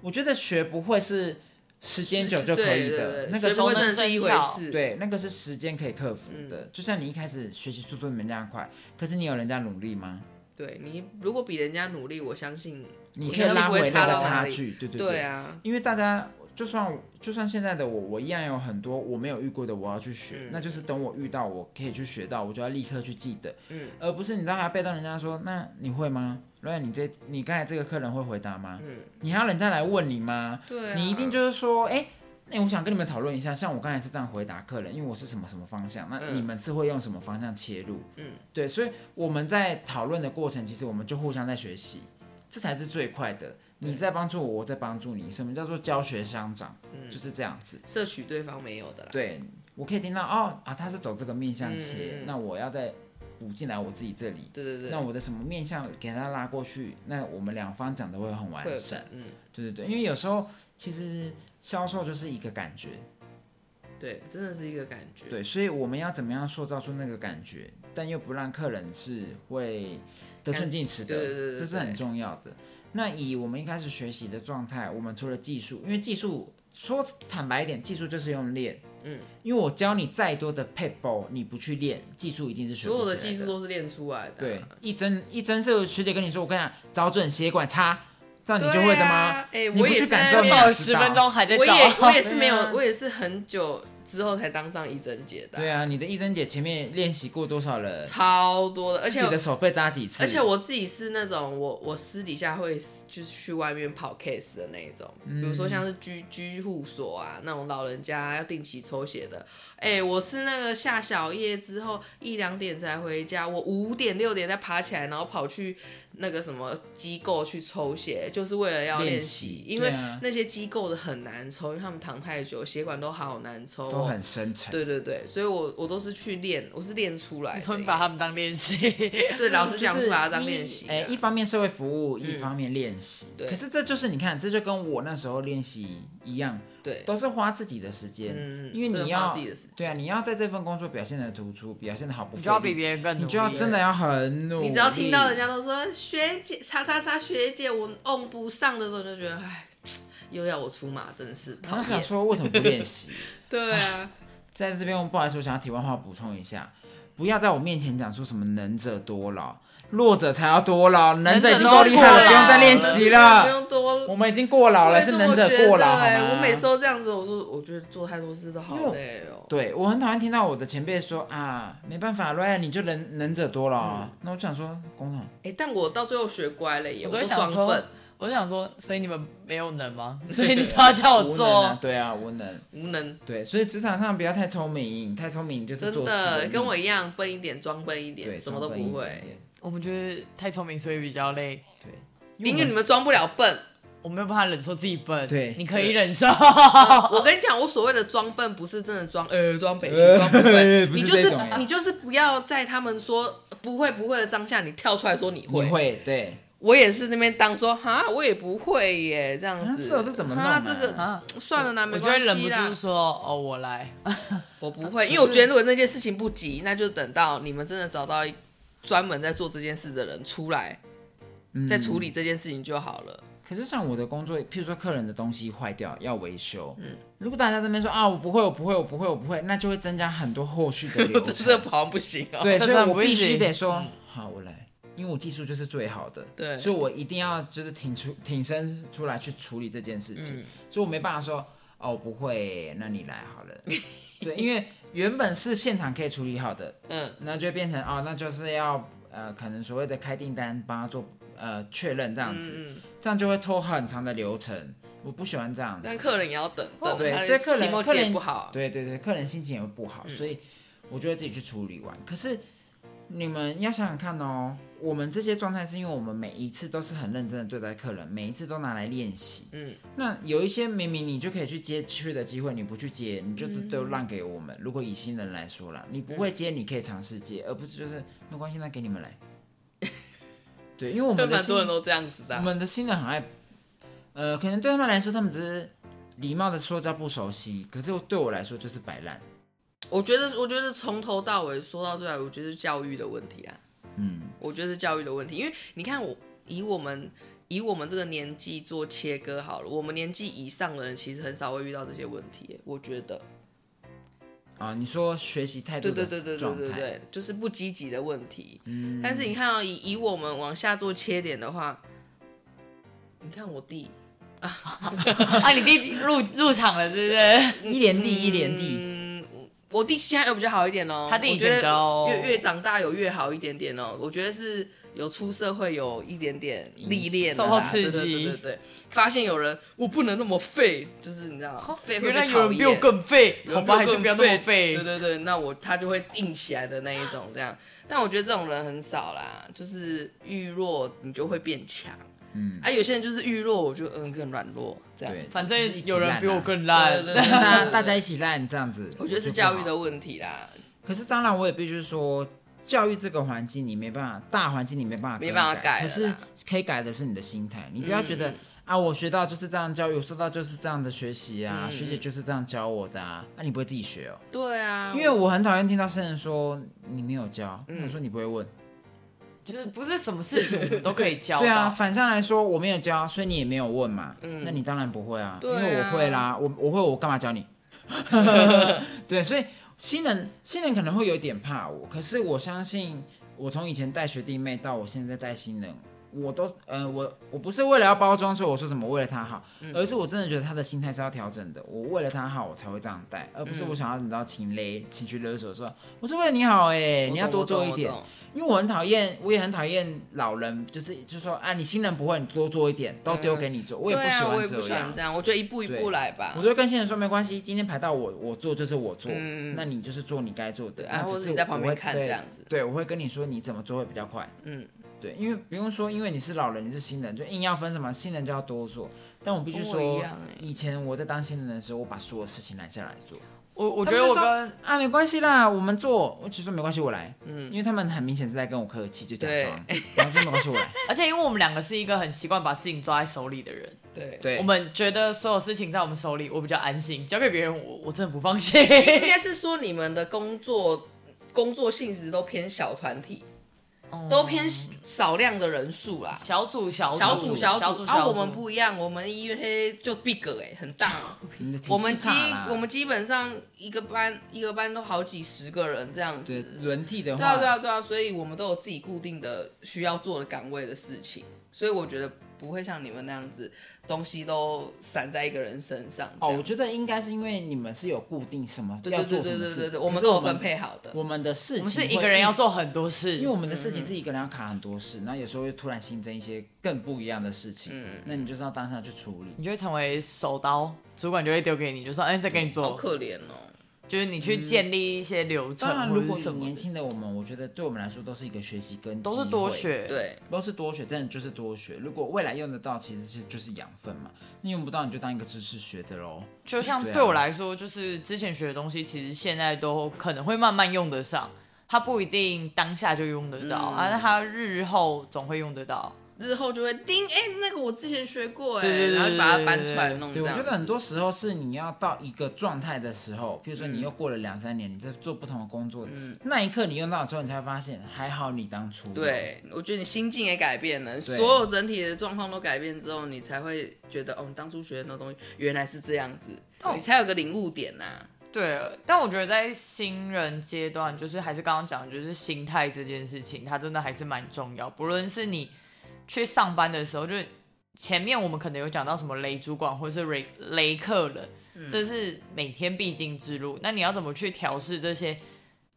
Speaker 1: 我觉得学不会是时间久就可以
Speaker 2: 对
Speaker 1: 的
Speaker 2: 对，对
Speaker 1: 那个
Speaker 2: 学
Speaker 1: 是
Speaker 2: 不会
Speaker 3: 熟
Speaker 2: 真
Speaker 3: 能
Speaker 2: 的是嗯一回
Speaker 3: 生巧
Speaker 2: 事，，
Speaker 1: 对，那个是时间可以克服的。就像你一开始学习速度没人家快，可是你有人家努力吗？
Speaker 2: 对你如果比人家努力，我相信
Speaker 1: 你
Speaker 2: 我
Speaker 1: 可以
Speaker 2: 相信
Speaker 1: 拉
Speaker 2: 不会
Speaker 1: 回
Speaker 2: 差
Speaker 1: 那个
Speaker 2: 到哪
Speaker 1: 差
Speaker 2: 里
Speaker 1: 距，对对
Speaker 2: 对啊，
Speaker 1: 因为大家就算就算现在的我，我依然有很多我没有遇过的，我要去学，
Speaker 2: 嗯
Speaker 1: 那就是等我遇到，我可以去学到，我就要立刻去记得，
Speaker 2: 嗯，
Speaker 1: 而不是你知道还要被到人家说，那你会吗？然后你这你刚才这个客人会回答吗？
Speaker 2: 嗯，
Speaker 1: 你还要人家来问你吗？
Speaker 2: 对啊，
Speaker 1: 你一定就是说，哎、哎、我想跟你们讨论一下，像我刚才是这样回答客人，因为我是什么什么方向，那
Speaker 2: 嗯
Speaker 1: 你们是会用什么方向切入？
Speaker 2: 嗯，
Speaker 1: 对，所以我们在讨论的过程，其实我们就互相在学习，这才是最快的。你在帮助我，我在帮助你。什么叫做教学相长？
Speaker 2: 嗯
Speaker 1: 就是这样子。
Speaker 2: 摄取对方没有的啦，
Speaker 1: 对，我可以听到哦啊，他是走这个面向切，
Speaker 2: 嗯嗯嗯
Speaker 1: 那我要再补进来我自己这里。
Speaker 2: 对对对，
Speaker 1: 那我的什么面向给他拉过去，那我们两方讲的会很完
Speaker 2: 会有
Speaker 1: 整。
Speaker 2: 嗯，
Speaker 1: 对对对，因为有时候其实销售就是一个感觉，
Speaker 2: 对，真的是一个感觉，
Speaker 1: 对，所以我们要怎么样塑造出那个感觉，但又不让客人是会得寸进尺的，
Speaker 2: 对对对对
Speaker 1: 这是很重要的。那以我们一开始学习的状态，我们除了技术，因为技术说坦白一点，技术就是用练，
Speaker 2: 嗯，
Speaker 1: 因为我教你再多的 p a p e 你不去练，技术一定是学不
Speaker 2: 所有的
Speaker 1: 起来
Speaker 2: 技术都是练出来的啊，
Speaker 1: 对，一针一针是学姐跟你说，我跟你讲，找准血管插，这样你
Speaker 2: 对啊，
Speaker 1: 就会的吗？
Speaker 2: 哎，
Speaker 1: 你不
Speaker 2: 我也
Speaker 1: 去
Speaker 2: 是
Speaker 1: 感
Speaker 2: 在
Speaker 1: 受
Speaker 2: 那
Speaker 1: 你
Speaker 2: 边
Speaker 3: 报十分钟还在
Speaker 2: 我也
Speaker 3: 找，
Speaker 2: 我也是没有，
Speaker 1: 对啊
Speaker 2: 我也是很久之后才当上一针姐的啊、
Speaker 1: 对啊，你的一针姐前面练习过多少人？
Speaker 2: 超多的，而
Speaker 1: 自
Speaker 2: 且
Speaker 1: 己的手被扎几次？
Speaker 2: 而且我自己是那种我我私底下会就是去外面跑 case 的那一种，比如说像是
Speaker 1: 嗯
Speaker 2: 居居护所啊那种老人家要定期抽血的，哎、我是那个下小夜之后一两点才回家，我五点六点再爬起来，然后跑去那个什么机构去抽血，就是为了要
Speaker 1: 练
Speaker 2: 练
Speaker 1: 习
Speaker 2: 习，因
Speaker 1: 对
Speaker 2: 为
Speaker 1: 啊
Speaker 2: 那些机构的很难抽，因为他们躺太久，血管都好难抽、
Speaker 1: 都
Speaker 2: 哦。
Speaker 1: 很深沉。
Speaker 2: 对对对，所以我我都是去练，我是练出来
Speaker 3: 你
Speaker 2: 的。
Speaker 3: 说你把他们当练习，
Speaker 2: 对老师
Speaker 1: 就
Speaker 2: 讲
Speaker 1: 是
Speaker 2: 是把它当
Speaker 1: 一
Speaker 2: 练习的啊。嗯
Speaker 1: 哎、一方面社会服务，一方面练习。
Speaker 2: 对
Speaker 1: 可是这就是你看，这就跟我那时候练习一样，
Speaker 2: 对，
Speaker 1: 都是花自己的时间，
Speaker 2: 嗯
Speaker 1: 因为
Speaker 2: 真的
Speaker 1: 你
Speaker 2: 花
Speaker 1: 要
Speaker 2: 自己的时间
Speaker 1: 对啊，你要在这份工作表现的突出，表现的好不费力，
Speaker 3: 你就要比别人更努力，
Speaker 1: 你就要真的要很努力。
Speaker 2: 你只要听到人家都说学姐、叉叉叉学姐，我 on 不上的时候，就觉得哎，又要我出马，真是讨
Speaker 1: 我想
Speaker 2: 厌。
Speaker 1: 说为什么不练习？
Speaker 2: 对啊，
Speaker 1: 在这边，我不好意思，我想要题外话补充一下，不要在我面前讲出什么能者多劳，弱者才要多劳，能者已经
Speaker 3: 能者
Speaker 1: 够
Speaker 3: 都
Speaker 1: 厉害了，
Speaker 3: 过
Speaker 1: 不用再
Speaker 3: 劳
Speaker 1: 练
Speaker 3: 了
Speaker 1: 习了
Speaker 2: 不。用多。
Speaker 1: 我们已经过劳了，
Speaker 2: 我也
Speaker 1: 是
Speaker 2: 这
Speaker 1: 能
Speaker 2: 么
Speaker 1: 者
Speaker 2: 觉
Speaker 1: 过
Speaker 2: 得
Speaker 1: 劳好
Speaker 2: 欸
Speaker 1: 吗？
Speaker 2: 我每次都这样子，我说我觉得做太多事都好累哦。
Speaker 1: 对我很讨厌听到我的前辈说啊，没办法，Ryan 你就能能者多劳、啊。
Speaker 2: 嗯
Speaker 1: 那我就想说，工 厂
Speaker 2: 哎、但我到最后学乖了耶，
Speaker 3: 我
Speaker 2: 我
Speaker 3: 都
Speaker 2: 都
Speaker 3: 想
Speaker 2: 装
Speaker 3: 说
Speaker 2: 笨，，
Speaker 3: 我就想说，所以你们没有能 吗？所以你都要叫我
Speaker 1: 无能啊
Speaker 3: 做，，
Speaker 1: 对啊，无能。
Speaker 2: 无能，
Speaker 1: 对，所以职场上不要太聪明，太聪明就是
Speaker 2: 真
Speaker 1: 做事的
Speaker 2: 的
Speaker 1: 命
Speaker 2: 跟我一样笨一点，装笨一
Speaker 1: 对
Speaker 2: 点，什么都不。
Speaker 1: 聪明一
Speaker 2: 会
Speaker 1: 点，
Speaker 3: 我们觉得太聪明，所以比较累。
Speaker 1: 对，
Speaker 2: 因为
Speaker 1: 我
Speaker 2: 你们装不了笨。
Speaker 3: 我没有办法忍受自己笨，
Speaker 1: 对
Speaker 3: 你可以 忍受。啊
Speaker 2: 我跟你讲，我所谓的装笨，不是真的装，呃，装北区，装不
Speaker 1: 呃
Speaker 2: 会，
Speaker 1: 不是
Speaker 2: 你就
Speaker 1: 这
Speaker 2: 是
Speaker 1: 种欸
Speaker 2: 你就是不要在他们说不会不会的当下，你跳出来说你会。
Speaker 1: 你会对，
Speaker 2: 我也是那边当说哈，我也不会耶，这样
Speaker 1: 啊
Speaker 2: 子。
Speaker 1: 是哦这怎么弄
Speaker 2: 哈
Speaker 1: 啊
Speaker 2: 这个
Speaker 3: 啊，
Speaker 2: 算了啦，
Speaker 3: 我
Speaker 2: 没
Speaker 3: 就会
Speaker 2: 关
Speaker 3: 忍
Speaker 2: 系
Speaker 3: 不
Speaker 2: 啦
Speaker 3: 住。说哦，我来。
Speaker 2: 我不会，因为我觉得如果那件事情不急，那就等到你们真的找到一专门在做这件事的人出来，
Speaker 1: 嗯
Speaker 2: 再处理这件事情就 好了。
Speaker 1: 可是像我的工作，譬如说客人的东西坏掉要维修，如果大家这边说啊我不会我不会我不会我不会，那就会增加很多后续的流
Speaker 2: 这
Speaker 1: 程。
Speaker 2: 这好像不行哦。
Speaker 1: 对，
Speaker 3: 这
Speaker 1: 所以
Speaker 3: 真的
Speaker 1: 我
Speaker 3: 不
Speaker 1: 必
Speaker 3: 行
Speaker 1: 须得说、好我来，因为我技术就是最好的，
Speaker 2: 对
Speaker 1: 所以我一定要就是挺出挺身出来去处理这件事情，
Speaker 2: 嗯
Speaker 1: 所以我没办法说哦我不会，那你来好了。对，因为原本是现场可以处理好的，
Speaker 2: 嗯，
Speaker 1: 那就变成哦，那就是要呃，可能所谓的开订单帮他做呃确认这样子，
Speaker 2: 嗯嗯
Speaker 1: 这样就会拖很长的流程，我不喜欢这样子。
Speaker 2: 但客人也要等，等
Speaker 1: 对
Speaker 2: 他
Speaker 1: 对客人
Speaker 2: 题目
Speaker 1: 客
Speaker 2: 解
Speaker 1: 人
Speaker 2: 不好，啊嗯
Speaker 1: 对对对，客人心情也会不好，所以我就会自己去处理完。可是你们要想想看哦，我们这些状态是因为我们每一次都是很认真的对待客人，每一次都拿来练习。
Speaker 2: 嗯，
Speaker 1: 那有一些明明你就可以去接去的机会，你不去接，你就是都让给我
Speaker 2: 嗯
Speaker 1: 们。如果以新人来说啦，你不会接，你可以尝试接，而不是就是没关系，那给你们 来。对，因为我
Speaker 2: 就
Speaker 1: 们的
Speaker 2: 蛮
Speaker 1: 新
Speaker 2: 多人都这样子的
Speaker 1: 我
Speaker 2: 啊、
Speaker 1: 们的新人很爱，呃，可能对他们来说，他们只是礼貌的说叫不熟悉，可是对我来说就是摆烂。
Speaker 2: 我觉得，我觉得从头到尾说到最后，我觉得是教育的问题啊。
Speaker 1: 嗯，
Speaker 2: 我觉得是教育的问题，因为你看我以我们以我们这个年纪做切割好了，我们年纪以上的人其实很少会遇到这些问题，我觉得。
Speaker 1: 啊，你说学习态度
Speaker 2: 对对
Speaker 1: 的
Speaker 2: 对对对
Speaker 1: 状
Speaker 2: 对
Speaker 1: 态，
Speaker 2: 对，就是不积极的问题。但是你看、哦，以以我们往下做切点的话，你看我弟，
Speaker 3: 啊，你弟弟入入场了，是不是？
Speaker 1: 一连地一连地，
Speaker 2: 嗯，我弟现在有比较好一点哦，
Speaker 3: 他弟以
Speaker 2: 我觉得
Speaker 3: 前高
Speaker 2: 越越长大有越好一点点哦。我觉得是有出社会有一点点历练的啦，
Speaker 3: 嗯受到刺激
Speaker 2: 对对对对对，发现有人我不能那么废，就是你知道，废会
Speaker 3: 原来
Speaker 2: 被
Speaker 3: 有
Speaker 2: 讨
Speaker 3: 人比我
Speaker 2: 厌。
Speaker 3: 更废，
Speaker 2: 有
Speaker 3: 好
Speaker 2: 人
Speaker 3: 吧，还
Speaker 2: 比我更
Speaker 3: 是不要那么
Speaker 2: 废
Speaker 3: 废
Speaker 2: 对。对对，那我他就会硬起来的那一种这样。但我觉得这种人很少啦，就是遇弱你就会变强
Speaker 1: 嗯，
Speaker 2: 啊。有些人就是遇弱，我就嗯更软弱这样。
Speaker 1: 对，
Speaker 3: 反
Speaker 1: 就是一
Speaker 3: 正
Speaker 1: 起
Speaker 3: 有人
Speaker 1: 烂
Speaker 3: 比我
Speaker 1: 啊，
Speaker 3: 更烂，
Speaker 2: 对对对
Speaker 1: 大家 大家一起烂这样子，
Speaker 2: 我觉得是
Speaker 1: 就不好
Speaker 2: 教育的问题啦，
Speaker 1: 可是当然，我也必须说，教育这个环境你没办法，大环境你没办法更改，
Speaker 2: 没办法改
Speaker 1: 可
Speaker 2: 了
Speaker 1: 是
Speaker 2: 啦
Speaker 1: 可以改的是你的心态，你不要觉得、
Speaker 2: 嗯
Speaker 1: 啊，我学到就是这样教育，我受到就是这样的学习啊，
Speaker 2: 嗯
Speaker 1: 学姐就是这样教我的啊，那、你不会自己学哦？
Speaker 2: 对啊，
Speaker 1: 因为我很讨厌听到生人说你没有教，
Speaker 2: 嗯
Speaker 1: 他说你不会问，
Speaker 3: 就是不是什么事情我们都可以教
Speaker 1: 对啊，
Speaker 3: 到。
Speaker 1: 反向来说我没有教，所以你也没有问嘛，
Speaker 2: 嗯
Speaker 1: 那你当然不会啊，
Speaker 2: 对
Speaker 1: 因
Speaker 2: 啊
Speaker 1: 为我会啦，我我会我干嘛教 你？对，所以新人新人可能会有点怕我，可是我相信我从以前带学弟妹到我现在带新人，我都呃我我不是为了要包装，所以我说什么为了他好，
Speaker 2: 嗯
Speaker 1: 而是我真的觉得他的心态是要调整的，我为了他好我才会这样带，而不是我想要你知道情勒情绪勒索说我是为了你好哎、
Speaker 2: 我懂
Speaker 1: 你要多做一点
Speaker 2: 我。懂
Speaker 1: 因为我很讨厌，我也很讨厌老人，就是就说啊，你新人不会，你多做一点，都丢给你做。我
Speaker 2: 我懂
Speaker 1: 也
Speaker 2: 对啊，我也
Speaker 1: 不
Speaker 2: 不
Speaker 1: 喜欢
Speaker 2: 喜
Speaker 1: 这
Speaker 2: 欢
Speaker 1: 样，
Speaker 2: 这样，我觉得一步一步来吧
Speaker 1: 我。就跟新人说没关系，今天排到我，我做就是我做，
Speaker 2: 嗯
Speaker 1: 那你就是做你该做
Speaker 2: 对
Speaker 1: 的，那
Speaker 2: 啊，或
Speaker 1: 只
Speaker 2: 者
Speaker 1: 是
Speaker 2: 你在旁边
Speaker 1: 我会
Speaker 2: 看这样。子，
Speaker 1: 对对，我会跟你说你怎么做会比较快。
Speaker 2: 嗯，
Speaker 1: 对，因为不用说，因为你是老人，你是新人，就硬要分什么新人就要多做。但我必须
Speaker 2: 跟我一
Speaker 1: 说
Speaker 2: 样，欸
Speaker 1: 以前我在当新人的时候，我把所有事情揽下来做。
Speaker 3: 我我
Speaker 1: 他
Speaker 3: 觉
Speaker 1: 们
Speaker 3: 得我
Speaker 1: 就说
Speaker 3: 跟
Speaker 1: 啊，没关系啦，我们做，我只说没关系，我来。嗯，
Speaker 2: 嗯
Speaker 1: 因为他们很明显是在跟我客气，就假装， 然后就没关系，我来。
Speaker 3: 而且因为我们两个是一个很习惯把事情抓在手里的人，
Speaker 2: 对，
Speaker 1: 对，
Speaker 3: 我们觉得所有事情在我们手里，我比较安心，交给别人我我真的不放 心。
Speaker 2: 应该是说你们的工作工作性质都偏小团体，
Speaker 1: 嗯
Speaker 2: 都偏少量的人数啦。
Speaker 3: 小组小组
Speaker 2: 小
Speaker 3: 组
Speaker 2: 组小
Speaker 3: 小组，
Speaker 2: 组，啊，我们不一样，我们医院嘿就 big 哎，很大。
Speaker 1: 你的体
Speaker 2: 我们
Speaker 1: 系
Speaker 2: 基
Speaker 1: 大啦
Speaker 2: 我们基本上一个班一个班都好几十个人这样
Speaker 1: 对
Speaker 2: 子。
Speaker 1: 轮替的
Speaker 2: 对
Speaker 1: 话，
Speaker 2: 啊，对啊，对啊，所以我们都有自己固定的需要做的岗位的事情，所以我觉得不会像你们那样子，东西都散在一个人身上。
Speaker 1: 哦，我
Speaker 2: 得
Speaker 1: 觉得应该是因为你们是有固定什么
Speaker 2: 对
Speaker 1: 要
Speaker 2: 对
Speaker 1: 做
Speaker 2: 对
Speaker 1: 什
Speaker 2: 对
Speaker 1: 么
Speaker 2: 对
Speaker 1: 事
Speaker 2: 对，对，
Speaker 1: 可
Speaker 2: 我
Speaker 1: 是
Speaker 2: 们都有分配好的。
Speaker 1: 我们的事
Speaker 3: 我
Speaker 1: 情
Speaker 3: 们是
Speaker 1: 会
Speaker 3: 一个人要，做很多
Speaker 1: 因为
Speaker 3: 事，
Speaker 1: 我们的事
Speaker 2: 嗯
Speaker 1: 情是一个人要卡很多事，然后有时候会突然新增一些更不一样的事
Speaker 2: 嗯
Speaker 1: 情，那你就是要当下去处理。
Speaker 3: 你就会成为手刀，主管就会丢给你，就说哎再给你
Speaker 2: 好
Speaker 3: 做，
Speaker 2: 可怜哦。
Speaker 3: 就是你去建立一些流程
Speaker 1: 当然，
Speaker 3: 或
Speaker 1: 如
Speaker 3: 者
Speaker 1: 果
Speaker 3: 是
Speaker 1: 以
Speaker 3: 什么
Speaker 1: 年
Speaker 3: 的，
Speaker 1: 轻的我们，我觉得对我们来说都是一个学习跟
Speaker 3: 都是
Speaker 1: 机
Speaker 3: 多
Speaker 1: 会
Speaker 3: 学。，
Speaker 2: 对，
Speaker 1: 都是多学，真的就是多学。如果未来用得到，其实是就是养分嘛。那用不到，你就当一个知识学的喽。
Speaker 3: 就像
Speaker 1: 对啊
Speaker 3: 对我来说，就是之前学的东西，其实现在都可能会慢慢用得上，它不一定当下就用得到，
Speaker 2: 嗯
Speaker 3: 啊，那它日后总会用得到。
Speaker 2: 日后就会叮，哎、那个我之前学过、哎，
Speaker 3: 对对对
Speaker 2: 然后就把它搬出来嗯弄这
Speaker 1: 对，我
Speaker 2: 样
Speaker 1: 觉
Speaker 2: 子。
Speaker 1: 得很多时候是你要到一个状态的时候，譬如
Speaker 2: 嗯
Speaker 1: 说你又过了两三年，你在做不同的工作，那一刻你用到的时候，你才发现还好你当初有
Speaker 2: 对，我觉得你心境也改变了，所有整体的状况都改变之后，你才会觉得，哦，你当初学的那东西原来是这样子，
Speaker 3: 哦
Speaker 2: 你才有个领悟点呐、
Speaker 3: 对，但我觉得在新人阶段，就是还是刚刚讲的，就是心态这件事情，它真的还是蛮重要。不论是你去上班的时候，就是前面我们可能有讲到什么雷主管或是雷雷客人，
Speaker 2: 嗯
Speaker 3: 这是每天必经之路。那你要怎么去调试这些？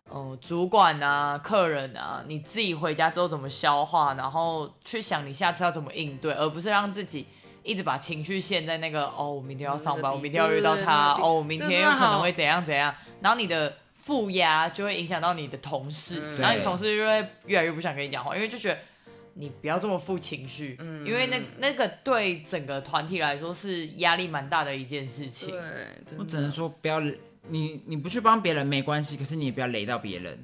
Speaker 3: 呃，主管啊，客人啊，你自己回家之后怎么消化，然后去想你下次要怎么应对，而不是让自己一直把情绪陷在那个哦，我明天要
Speaker 2: 嗯
Speaker 3: 上
Speaker 2: 那
Speaker 3: 班，
Speaker 2: 个
Speaker 3: 我明天要遇到
Speaker 2: 对对对
Speaker 3: 他
Speaker 2: 那，个
Speaker 3: 哦，我明天有可能会怎样怎样，然后你的负压就会影响到你的同事，
Speaker 2: 嗯
Speaker 3: 然后你
Speaker 1: 对
Speaker 3: 同事就会越来越不想跟你讲话，因为就觉得你不要这么负情绪，
Speaker 2: 嗯
Speaker 3: 因为那那个对整个团体来说是压力蛮大的一件事情。
Speaker 2: 对，
Speaker 1: 我只
Speaker 2: 真的
Speaker 1: 能说不要你你不去帮别人没关系，可是你也不要累到别人。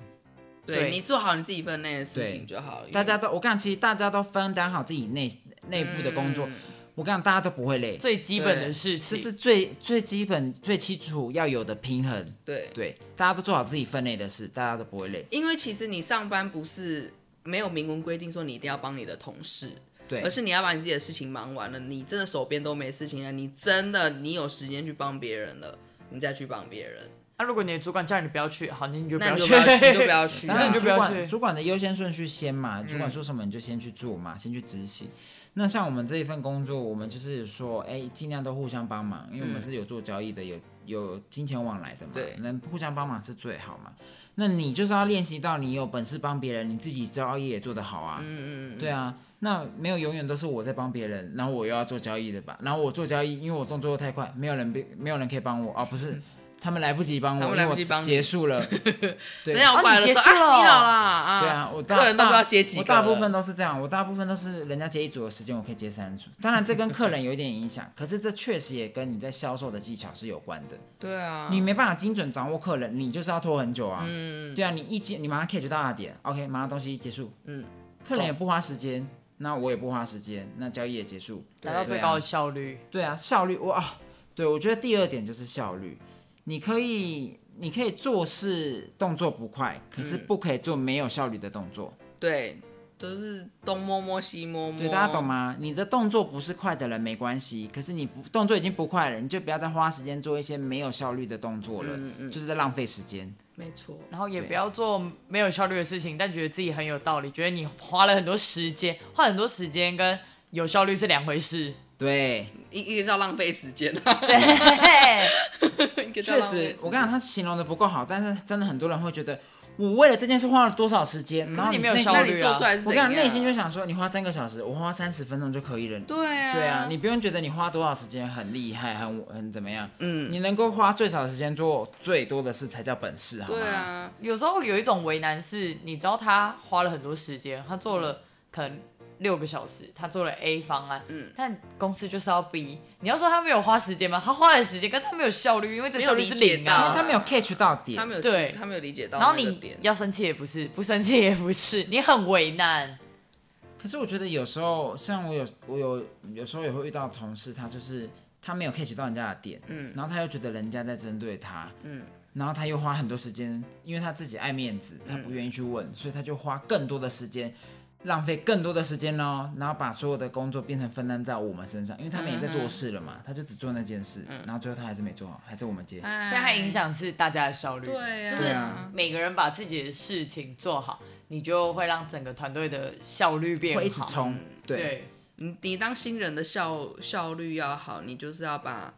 Speaker 2: 对
Speaker 3: 对
Speaker 2: 你做好你自己分内的事
Speaker 1: 对
Speaker 2: 情就好了。
Speaker 1: 大家都我跟你讲，其实大家都分担好自己内内部的工作，
Speaker 2: 嗯
Speaker 1: 我跟你讲，大家都不会累，
Speaker 3: 最基本的事
Speaker 1: 这
Speaker 3: 情，
Speaker 1: 是最最基本最基础要有的平衡。
Speaker 2: 对，
Speaker 1: 对，大家都做好自己分内的事，大家都不会累。
Speaker 2: 因为其实你上班不是没有明文规定说你一定要帮你的同事，
Speaker 1: 对
Speaker 2: 而，是你要把你自己的事情忙完了，你真的手边都没事情了，你真的你有时间去帮别人了，你再去帮别人，
Speaker 3: 那、如果你的主管叫你不要去，好，那你就不
Speaker 2: 那
Speaker 3: 要
Speaker 2: 你就
Speaker 3: 去，
Speaker 2: 不要去，你就不 要 去嗯
Speaker 1: 当
Speaker 3: 那
Speaker 1: 然
Speaker 3: 你
Speaker 2: 啊
Speaker 3: 就。不要
Speaker 1: 主
Speaker 3: 去
Speaker 1: 管主管的优先顺序先嘛，主管说什么你就先去做嘛，先去执行。那像我们这一份工作，我们就是说，哎、尽量都互相帮忙，因为我们是有做交易的，有有金钱往来的嘛
Speaker 2: 嗯对，
Speaker 1: 能互相帮忙是最好嘛。那你就是要练习到你有本事帮别人，你自己交易也做得好啊。
Speaker 2: 嗯嗯嗯，
Speaker 1: 对啊，那没有永远都是我在帮别人，然后我又要做交易的吧？然后我做交易，因为我动作太快，没有人被没有人可以帮我哦，不 是，他们来不及帮我，
Speaker 2: 他们来不及
Speaker 1: 因为我
Speaker 2: 帮你
Speaker 1: 结束了。对
Speaker 2: 等一下我
Speaker 3: 啊
Speaker 2: 过来了
Speaker 3: 你结
Speaker 2: 说
Speaker 3: 束
Speaker 2: 啊，你好
Speaker 3: 了
Speaker 2: 啦啊，
Speaker 1: 对啊，我大
Speaker 2: 客人都不知道
Speaker 1: 大
Speaker 2: 接几
Speaker 1: 我
Speaker 2: 个
Speaker 1: 大部分
Speaker 2: 了
Speaker 1: 都是这样，我大部分都是人家接一组的时间，我可以接三组。当然这跟客人有一点影响，可是这确实也跟你在销售的技巧是有关的。
Speaker 2: 对啊，
Speaker 1: 你没办法精准掌握客人，你就是要拖很久啊。
Speaker 2: 嗯
Speaker 1: 对啊，你一接你马上 catch 到他的点，OK，马上东西结束。
Speaker 2: 嗯，
Speaker 1: 客人也不花时间，那我也不花时间，那交易也结束。
Speaker 3: 达到最高的效率。
Speaker 1: 对啊，效率哇、啊，对我觉得第二点就是效率，你可以你可以做事动作不快，可是
Speaker 2: 嗯
Speaker 1: 不可以做没有效率的动作。
Speaker 2: 对，就是东摸摸西摸摸，
Speaker 1: 对，大家懂？吗？你的动作不是快的人没关系，可是你不动作已经不快了，你就不要再花时间做一些没有效率的动作了，
Speaker 2: 嗯嗯
Speaker 1: 就是在浪费时间。
Speaker 2: 没错，
Speaker 3: 然后也不要做没有效率的事情，但觉得自己很有道理，觉得你花了很多时间，花很多时间跟有效率是两 回事。
Speaker 1: 对，
Speaker 2: 一一个叫浪费时间啊，
Speaker 3: 对，
Speaker 1: 确实
Speaker 2: 一个叫浪费时间，
Speaker 1: 我跟你讲，他形容的不够好，但是真的很多人会觉得，我为了这件事花了多少时间，然后
Speaker 3: 你没有
Speaker 1: 内心
Speaker 3: 效
Speaker 2: 那
Speaker 3: 率
Speaker 2: 你
Speaker 3: 啊
Speaker 2: 做出来是
Speaker 1: 我
Speaker 2: 怎
Speaker 1: 跟你
Speaker 2: 样？
Speaker 1: 讲，内心就想说，你花三个小时，我花三十分钟就可以了。
Speaker 2: 对啊，
Speaker 1: 对啊，你不用觉得你花多少时间很厉害，很很怎么样，
Speaker 2: 嗯，
Speaker 1: 你能够花最少的时间做最多的事才叫本事，好吗？
Speaker 2: 对啊，
Speaker 3: 有时候有一种为难是，你知道他花了很多时间，他做了可能六个小时，他做了 A 方案，
Speaker 2: 嗯
Speaker 3: 但公司就是要 B。你要说他没有花时间吗？他花了时间，但他没有效率，因为这
Speaker 2: 没有
Speaker 3: 效率是
Speaker 2: 理解
Speaker 3: 零
Speaker 1: 因
Speaker 2: 到
Speaker 3: 啊
Speaker 1: 为。他没有 catch 到点啊
Speaker 2: 他，没有
Speaker 3: 对
Speaker 2: 他没有理解到
Speaker 3: 然后
Speaker 2: 那个
Speaker 3: 你
Speaker 2: 点，
Speaker 3: 要生气也不是，不生气也不是，你很为难。
Speaker 2: 嗯
Speaker 1: 可是我觉得有时候，像我有我有有时候也会遇到同事，他就是他没有 catch 到人家的点，
Speaker 2: 嗯
Speaker 1: 然后他又觉得人家在针对他，
Speaker 2: 嗯，
Speaker 1: 然后他又花很多时间，因为他自己爱面子，他不愿意去问，
Speaker 2: 嗯
Speaker 1: 所以他就花更多的时间，浪费更多的时间咯，然后把所有的工作变成分担在我们身上，因为他们也在做事了
Speaker 2: 嗯
Speaker 1: 嘛，他就只做那件事，然后最后他还是没做好，还是我们接。
Speaker 2: 现
Speaker 3: 现在还影响是大家的效率。
Speaker 2: 对啊，
Speaker 1: 对啊
Speaker 3: 每个人把自己的事情做好，你就会让整个团队的效率变好。
Speaker 1: 会一直冲，对，
Speaker 3: 对，
Speaker 2: 你你当新人的效效率要好，你就是要把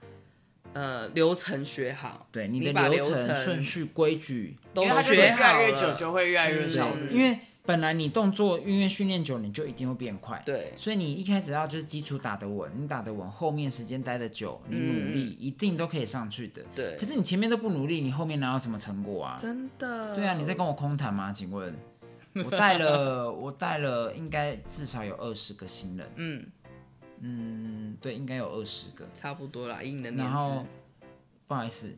Speaker 2: 呃流程学好，
Speaker 1: 对你的
Speaker 2: 把
Speaker 1: 流
Speaker 2: 程
Speaker 1: 程顺序规矩
Speaker 2: 都
Speaker 3: 因为它就是
Speaker 2: 学
Speaker 3: 越
Speaker 2: 好
Speaker 3: 来越
Speaker 2: 了
Speaker 3: 久，就会越来越
Speaker 2: 嗯
Speaker 3: 少。
Speaker 1: 对，因为本来你动作因为训练久，你就一定会变快。
Speaker 2: 对
Speaker 1: 所以你一开始要就是基础打得稳，你打得稳，后面时间待得久，你努力、一定都可以上去的。
Speaker 2: 嗯对
Speaker 1: 可，是你前面都不努力，你后面哪有什么成果啊？
Speaker 2: 真的，
Speaker 1: 对啊，你在跟我空谈吗？请问，我带了我带了应该至少有二十个新人，
Speaker 2: 嗯，
Speaker 1: 嗯，对，应该有二十个。
Speaker 2: 差不多啦，以你的年
Speaker 1: 然后
Speaker 2: 纪，
Speaker 1: 不好意思，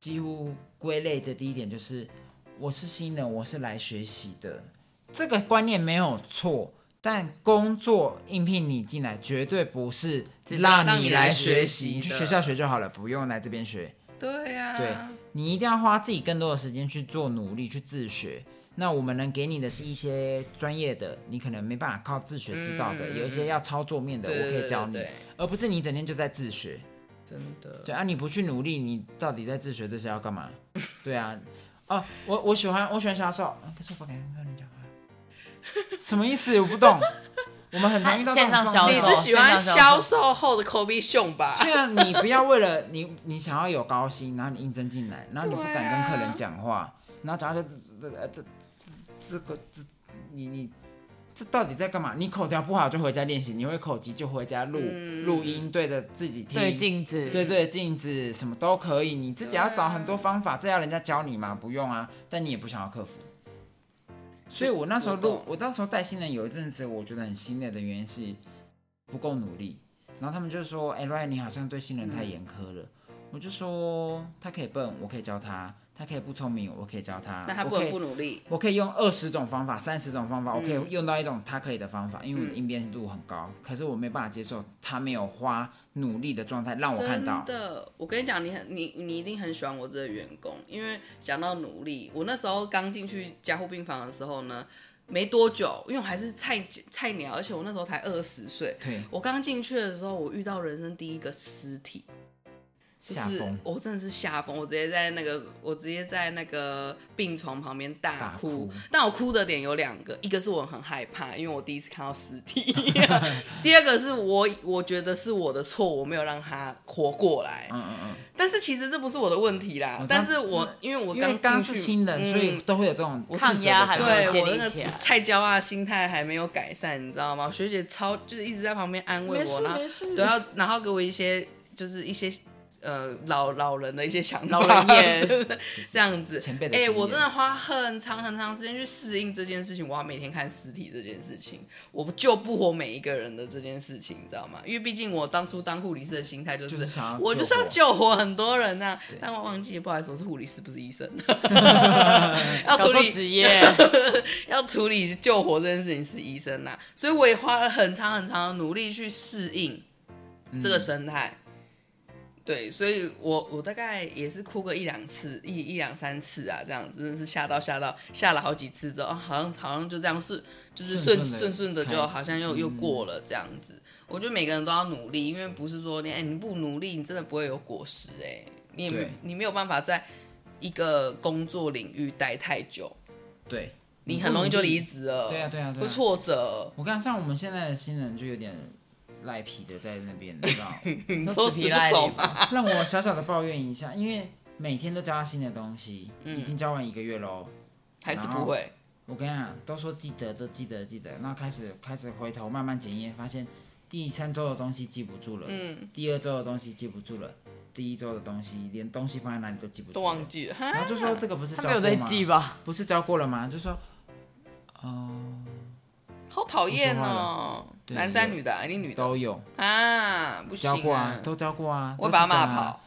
Speaker 1: 几乎归类的第一点就是我是新人，我是来学习的，这个观念没有错。但工作应聘你进来，绝对不是
Speaker 3: 只是
Speaker 1: 让
Speaker 2: 让
Speaker 1: 你
Speaker 2: 你
Speaker 1: 来
Speaker 2: 来
Speaker 1: 学
Speaker 2: 学
Speaker 1: 习，
Speaker 2: 习
Speaker 1: 你去
Speaker 2: 的
Speaker 1: 学校学就好了，不用来这边学。
Speaker 2: 对
Speaker 1: 对
Speaker 2: 啊，
Speaker 1: 你一定要花自己更多的时间去做努力，去自学。那我们能给你的是一些专业的，你可能没办法靠自学知道的，
Speaker 2: 嗯嗯嗯
Speaker 1: 有一些要操作面的，
Speaker 2: 对
Speaker 1: 我可以教你，
Speaker 2: 对对对
Speaker 1: 而不是你整天就在自学。
Speaker 2: 真的，
Speaker 1: 对啊，你不去努力，你到底在自学这些要干嘛？ 对啊，哦，我我喜欢我喜欢销售，啊可是我不敢跟人讲话，什么意思？我不懂。我们很常遇到这种
Speaker 3: 线上
Speaker 1: 状况
Speaker 3: 销
Speaker 2: 你
Speaker 3: 售
Speaker 2: 是喜欢
Speaker 3: 线上
Speaker 2: 销
Speaker 3: 销
Speaker 2: 售后的 Kobe 熊吧？
Speaker 1: 对啊，你不要为了你你想要有高薪，然后你应征进来，然后你不敢跟
Speaker 3: 啊
Speaker 1: 呃客人讲话，然后讲话就这这这这这这个这你你这到底在干嘛？你口条不好就回家练习，你会口技就回家录
Speaker 2: 嗯
Speaker 1: 录、音，对着自己听，
Speaker 3: 对镜子，
Speaker 1: 对对镜子什么都可以，你自己要找很多方法，这要人家教你吗？不用啊，但你也不想要克服。所以我那时候
Speaker 2: 我
Speaker 1: 录
Speaker 2: 懂，
Speaker 1: 我那时候带新人有一阵子，我觉得很心累的原因是不够努力。然后他们就说：“哎、r y a n 你好像对新人太严苛了。
Speaker 2: 嗯
Speaker 1: 我就说：“他可以笨，我可以教他；他可以不聪明，我可以教他。
Speaker 2: 那他
Speaker 1: 我
Speaker 2: 不
Speaker 1: 可
Speaker 2: 能
Speaker 1: 以
Speaker 2: 不努力，
Speaker 1: 我可以用二十种方法、三十种方法，我可
Speaker 2: 嗯
Speaker 1: 以用到一种他可以的方法，因为我的
Speaker 2: 嗯
Speaker 1: 应变度很高。可是我没办法接受他没有花努力的状态让我看到
Speaker 2: 真。的，我跟你讲，你很你你一定很喜欢我这个员工，因为讲到努力，我那时候刚进去加护病房的时候呢，没多久，因为我还是菜菜鸟，而且我那时候才二十岁。
Speaker 1: 对，
Speaker 2: 我刚进去的时候，我遇到人生第一个尸体，就
Speaker 1: 下
Speaker 2: 是
Speaker 1: 风
Speaker 2: 我真的是吓疯，我直接在那个我直接在那个病床旁边大
Speaker 1: 大
Speaker 2: 哭
Speaker 1: 哭。
Speaker 2: 但我哭的点有两个，一个是我很害怕，因为我第一次看到尸 体；第二个是我我觉得是我的错，我没有让他活过来。
Speaker 1: 嗯嗯嗯，
Speaker 2: 但是其实这不是我的问题啦
Speaker 1: 我，知道嗯
Speaker 2: 但是我因为我
Speaker 1: 因为
Speaker 2: 刚
Speaker 1: 刚
Speaker 2: 进
Speaker 1: 是
Speaker 2: 去
Speaker 1: 新人，所以
Speaker 2: 嗯
Speaker 1: 都会有这种
Speaker 3: 抗
Speaker 1: 自觉的
Speaker 3: 压还
Speaker 1: 想
Speaker 3: 没
Speaker 1: 法
Speaker 2: 对
Speaker 3: 有建
Speaker 2: 我
Speaker 3: 立
Speaker 2: 那
Speaker 3: 起
Speaker 2: 个
Speaker 3: 来
Speaker 2: 菜椒啊心态还没有改善，你知道吗？学姐超就是一直在旁边安慰
Speaker 1: 没事
Speaker 2: 我，然后
Speaker 1: 没事
Speaker 2: 对，要然后给我一些就是一些呃老老人的一些想法，
Speaker 3: 老人 言
Speaker 2: 对对这样子。
Speaker 1: 前辈的
Speaker 2: 哎、
Speaker 1: 经验
Speaker 2: 我真的花很长很长时间去适应这件事情，我要每天看尸体这件事情，我救不活每一个人的这件事情，你知道吗？因为毕竟我当初当护理师的心态就
Speaker 1: 就是想要
Speaker 2: 我就是要
Speaker 1: 活
Speaker 2: 救活很多人那样，但我忘记了，不好意思，我是护理师，不是 医生，要
Speaker 3: 搞
Speaker 2: 处
Speaker 3: 错
Speaker 2: 理
Speaker 3: 职 业，
Speaker 2: 要处理救活这件事情是医生啦，所以我也花了很长很长的努力去适应
Speaker 1: 嗯
Speaker 2: 这个生态。对，所以我我大概也是哭个一两次，一一两三次啊，这样真的是吓到吓到吓了好几次之后，啊好像好像就这样顺，就是顺
Speaker 1: 顺顺地
Speaker 2: 顺顺的
Speaker 1: 开
Speaker 2: 就
Speaker 1: 始嗯
Speaker 2: 好像又、又过了这样子。我觉得每个人都要努力，因为不是说你哎、你不努力，你真的不会有果实哎、你也没
Speaker 1: 对
Speaker 2: 你没有办法在一个工作领域待太久，
Speaker 1: 对，
Speaker 2: 你很容易就离职了。
Speaker 1: 对啊对啊对
Speaker 2: 会
Speaker 1: 啊。
Speaker 2: 挫折。
Speaker 1: 我看像我们现在的新人就有点赖皮的在那边，你知 道吗，
Speaker 2: 你
Speaker 3: 说
Speaker 2: 说死
Speaker 3: 死皮
Speaker 2: 不
Speaker 3: 赖
Speaker 2: 走
Speaker 3: 脸
Speaker 2: 吗？
Speaker 1: 让我小小的抱怨一下，因为每天都教他新的东西，
Speaker 2: 嗯
Speaker 1: 已经教完一个月喽。
Speaker 2: 还是不会？
Speaker 1: 我跟你讲，都说记得，都记得，记得。那开始开始回头慢慢检验，发现第三周的东西记不住了，
Speaker 2: 嗯，
Speaker 1: 第二周的东西记不住了，第一周的东西连东西放在哪里都记不住
Speaker 2: 都
Speaker 1: 了，
Speaker 2: 忘记了。
Speaker 1: 然
Speaker 2: 哈，
Speaker 1: 后就说这个不是
Speaker 3: 他
Speaker 1: 教
Speaker 3: 没
Speaker 1: 过
Speaker 3: 有
Speaker 1: 吗？
Speaker 3: 在记吧？
Speaker 1: 不是教过了吗？就说，哦、
Speaker 2: 好讨厌哦。
Speaker 1: 对
Speaker 2: 男三女的啊，一定女的
Speaker 1: 都有
Speaker 2: 啊，不行
Speaker 1: 教过啊
Speaker 2: 啊，，
Speaker 1: 都教过啊，
Speaker 2: 我会
Speaker 1: 都
Speaker 2: 把他
Speaker 1: 记得
Speaker 2: 骂
Speaker 1: 啊
Speaker 2: 跑。
Speaker 3: 嗯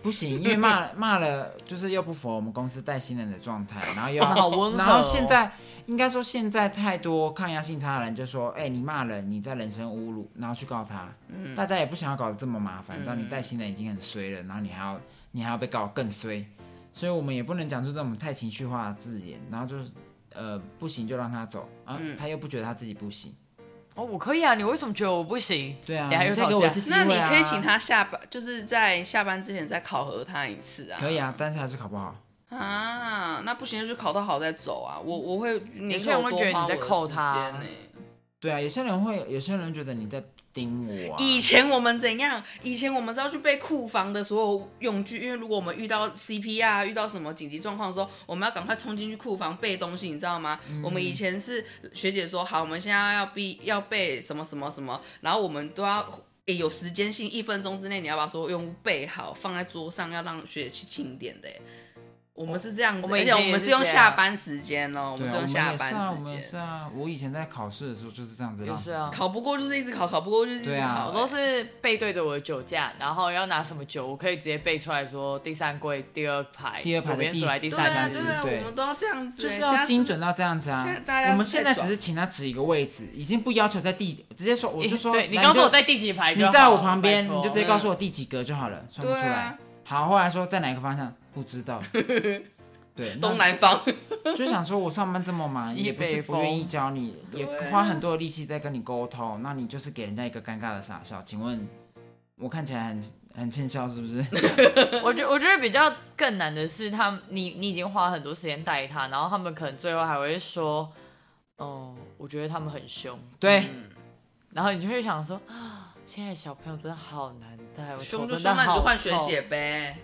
Speaker 1: 不行，因为骂骂了，就是又不符合我们公司带新人的状 态，然后又要
Speaker 3: 我们好温和哦
Speaker 1: 然后现在应该说现在太多抗压性差的人就说，哎、你骂人，你在人身侮辱，然后去告他。嗯，大家也不想要搞得这么麻
Speaker 3: 嗯
Speaker 1: 烦，知道你带新人已经很衰了，然后你还要你还要被告更衰，所以我们也不能讲出这种太情绪化的字眼，然后就是呃不行就让他走啊，
Speaker 3: 嗯
Speaker 1: 他又不觉得他自己不行，
Speaker 3: 哦，我可以啊，你为什么觉得我不行？
Speaker 1: 对啊，
Speaker 3: 等下又
Speaker 1: 你再
Speaker 3: 吵
Speaker 1: 给我一
Speaker 3: 架
Speaker 1: 次。机会
Speaker 2: 那
Speaker 1: 啊，
Speaker 2: 你可以请，他下班，就是在下班之前再考核他一次啊。
Speaker 1: 可以啊，但是还是考不好。
Speaker 2: 啊，那不行就考到好再走啊。我我会，
Speaker 3: 有
Speaker 2: 你
Speaker 3: 些人会觉得你在扣他
Speaker 2: 呢。
Speaker 1: 对啊，有些人会，有些人觉得你在盯我、啊。
Speaker 2: 以前我们怎样？以前我们是要去备库房的所有用具，因为如果我们遇到 CP 啊，遇到什么紧急状况的时候，我们要赶快冲进去库房备东西，你知道吗？我们以前是学姐说好，我们现在要备要备什么什么什么，然后我们都要。诶有时间性，一分钟之内你要把所有用物备好，放在桌上，要让学姐去清点的。诶我们是这样子，
Speaker 3: 我们
Speaker 2: 而
Speaker 3: 以
Speaker 2: 且
Speaker 3: 前
Speaker 2: 我们
Speaker 3: 也
Speaker 2: 是
Speaker 3: 是
Speaker 2: 用
Speaker 3: 这样
Speaker 2: 下班时间哦，我
Speaker 1: 对啊，
Speaker 2: 们是
Speaker 1: 我
Speaker 2: 用
Speaker 1: 们
Speaker 2: 下
Speaker 1: 也
Speaker 2: 班
Speaker 1: 是啊，我
Speaker 2: 时
Speaker 1: 们也
Speaker 2: 间。
Speaker 1: 是啊。我以前在考试的时候就是这样子
Speaker 3: 也
Speaker 1: 让自
Speaker 3: 是
Speaker 1: 己
Speaker 3: 啊
Speaker 2: 考不过就是一直考，考不过就是一直考
Speaker 1: 对啊
Speaker 2: 诶。
Speaker 3: 我都是背对着我的酒架，然后要拿什么酒，我可以直接背出来说第三柜第二排，
Speaker 1: 第二排的
Speaker 3: 左边
Speaker 1: 第
Speaker 3: 数来第
Speaker 2: 对
Speaker 3: 三
Speaker 2: 啊，
Speaker 3: 排，
Speaker 2: 对
Speaker 1: 三
Speaker 2: 啊，
Speaker 1: 只对
Speaker 2: 我们都要这样子、欸，
Speaker 1: 就是
Speaker 2: 下
Speaker 1: 要
Speaker 2: 次
Speaker 1: 精准。到这样子啊
Speaker 2: 现在大家。
Speaker 1: 我们
Speaker 2: 是
Speaker 1: 现
Speaker 2: 太
Speaker 1: 在只
Speaker 2: 爽
Speaker 1: 是请他指一个位置，已经不要求在第，直接说我就说，
Speaker 3: 对你
Speaker 1: 来
Speaker 3: 告诉
Speaker 1: 就
Speaker 3: 我在第几排就
Speaker 1: 你
Speaker 3: 好，
Speaker 1: 在我旁边，
Speaker 3: 拜托
Speaker 1: 你就直接告诉我第几格就好了，算不出来
Speaker 2: 对啊。
Speaker 1: 好，后来说在哪个方向不知 道，对，那
Speaker 2: 东南方，
Speaker 1: 就想说我上班这么忙，
Speaker 3: 西
Speaker 1: 也不是
Speaker 3: 北
Speaker 1: 不
Speaker 3: 风
Speaker 1: 愿意教你，也
Speaker 2: 对
Speaker 1: 花很多的力气在跟你沟通，那你就是给人家一个尴尬的傻笑。请问我看起来很很欠笑是不 是？
Speaker 3: 我觉我觉得比较更难的是他们，你你已经花很多时间带他，然后他们可能最后还会说，哦、我觉得他们很凶，
Speaker 1: 对。
Speaker 3: 然后你就会想说 啊，现在小朋友真的好难带，我
Speaker 2: 凶
Speaker 3: 头
Speaker 2: 就
Speaker 3: 真
Speaker 2: 凶，
Speaker 3: 的
Speaker 2: 那你
Speaker 3: 好
Speaker 2: 就换学
Speaker 3: 痛
Speaker 2: 姐呗。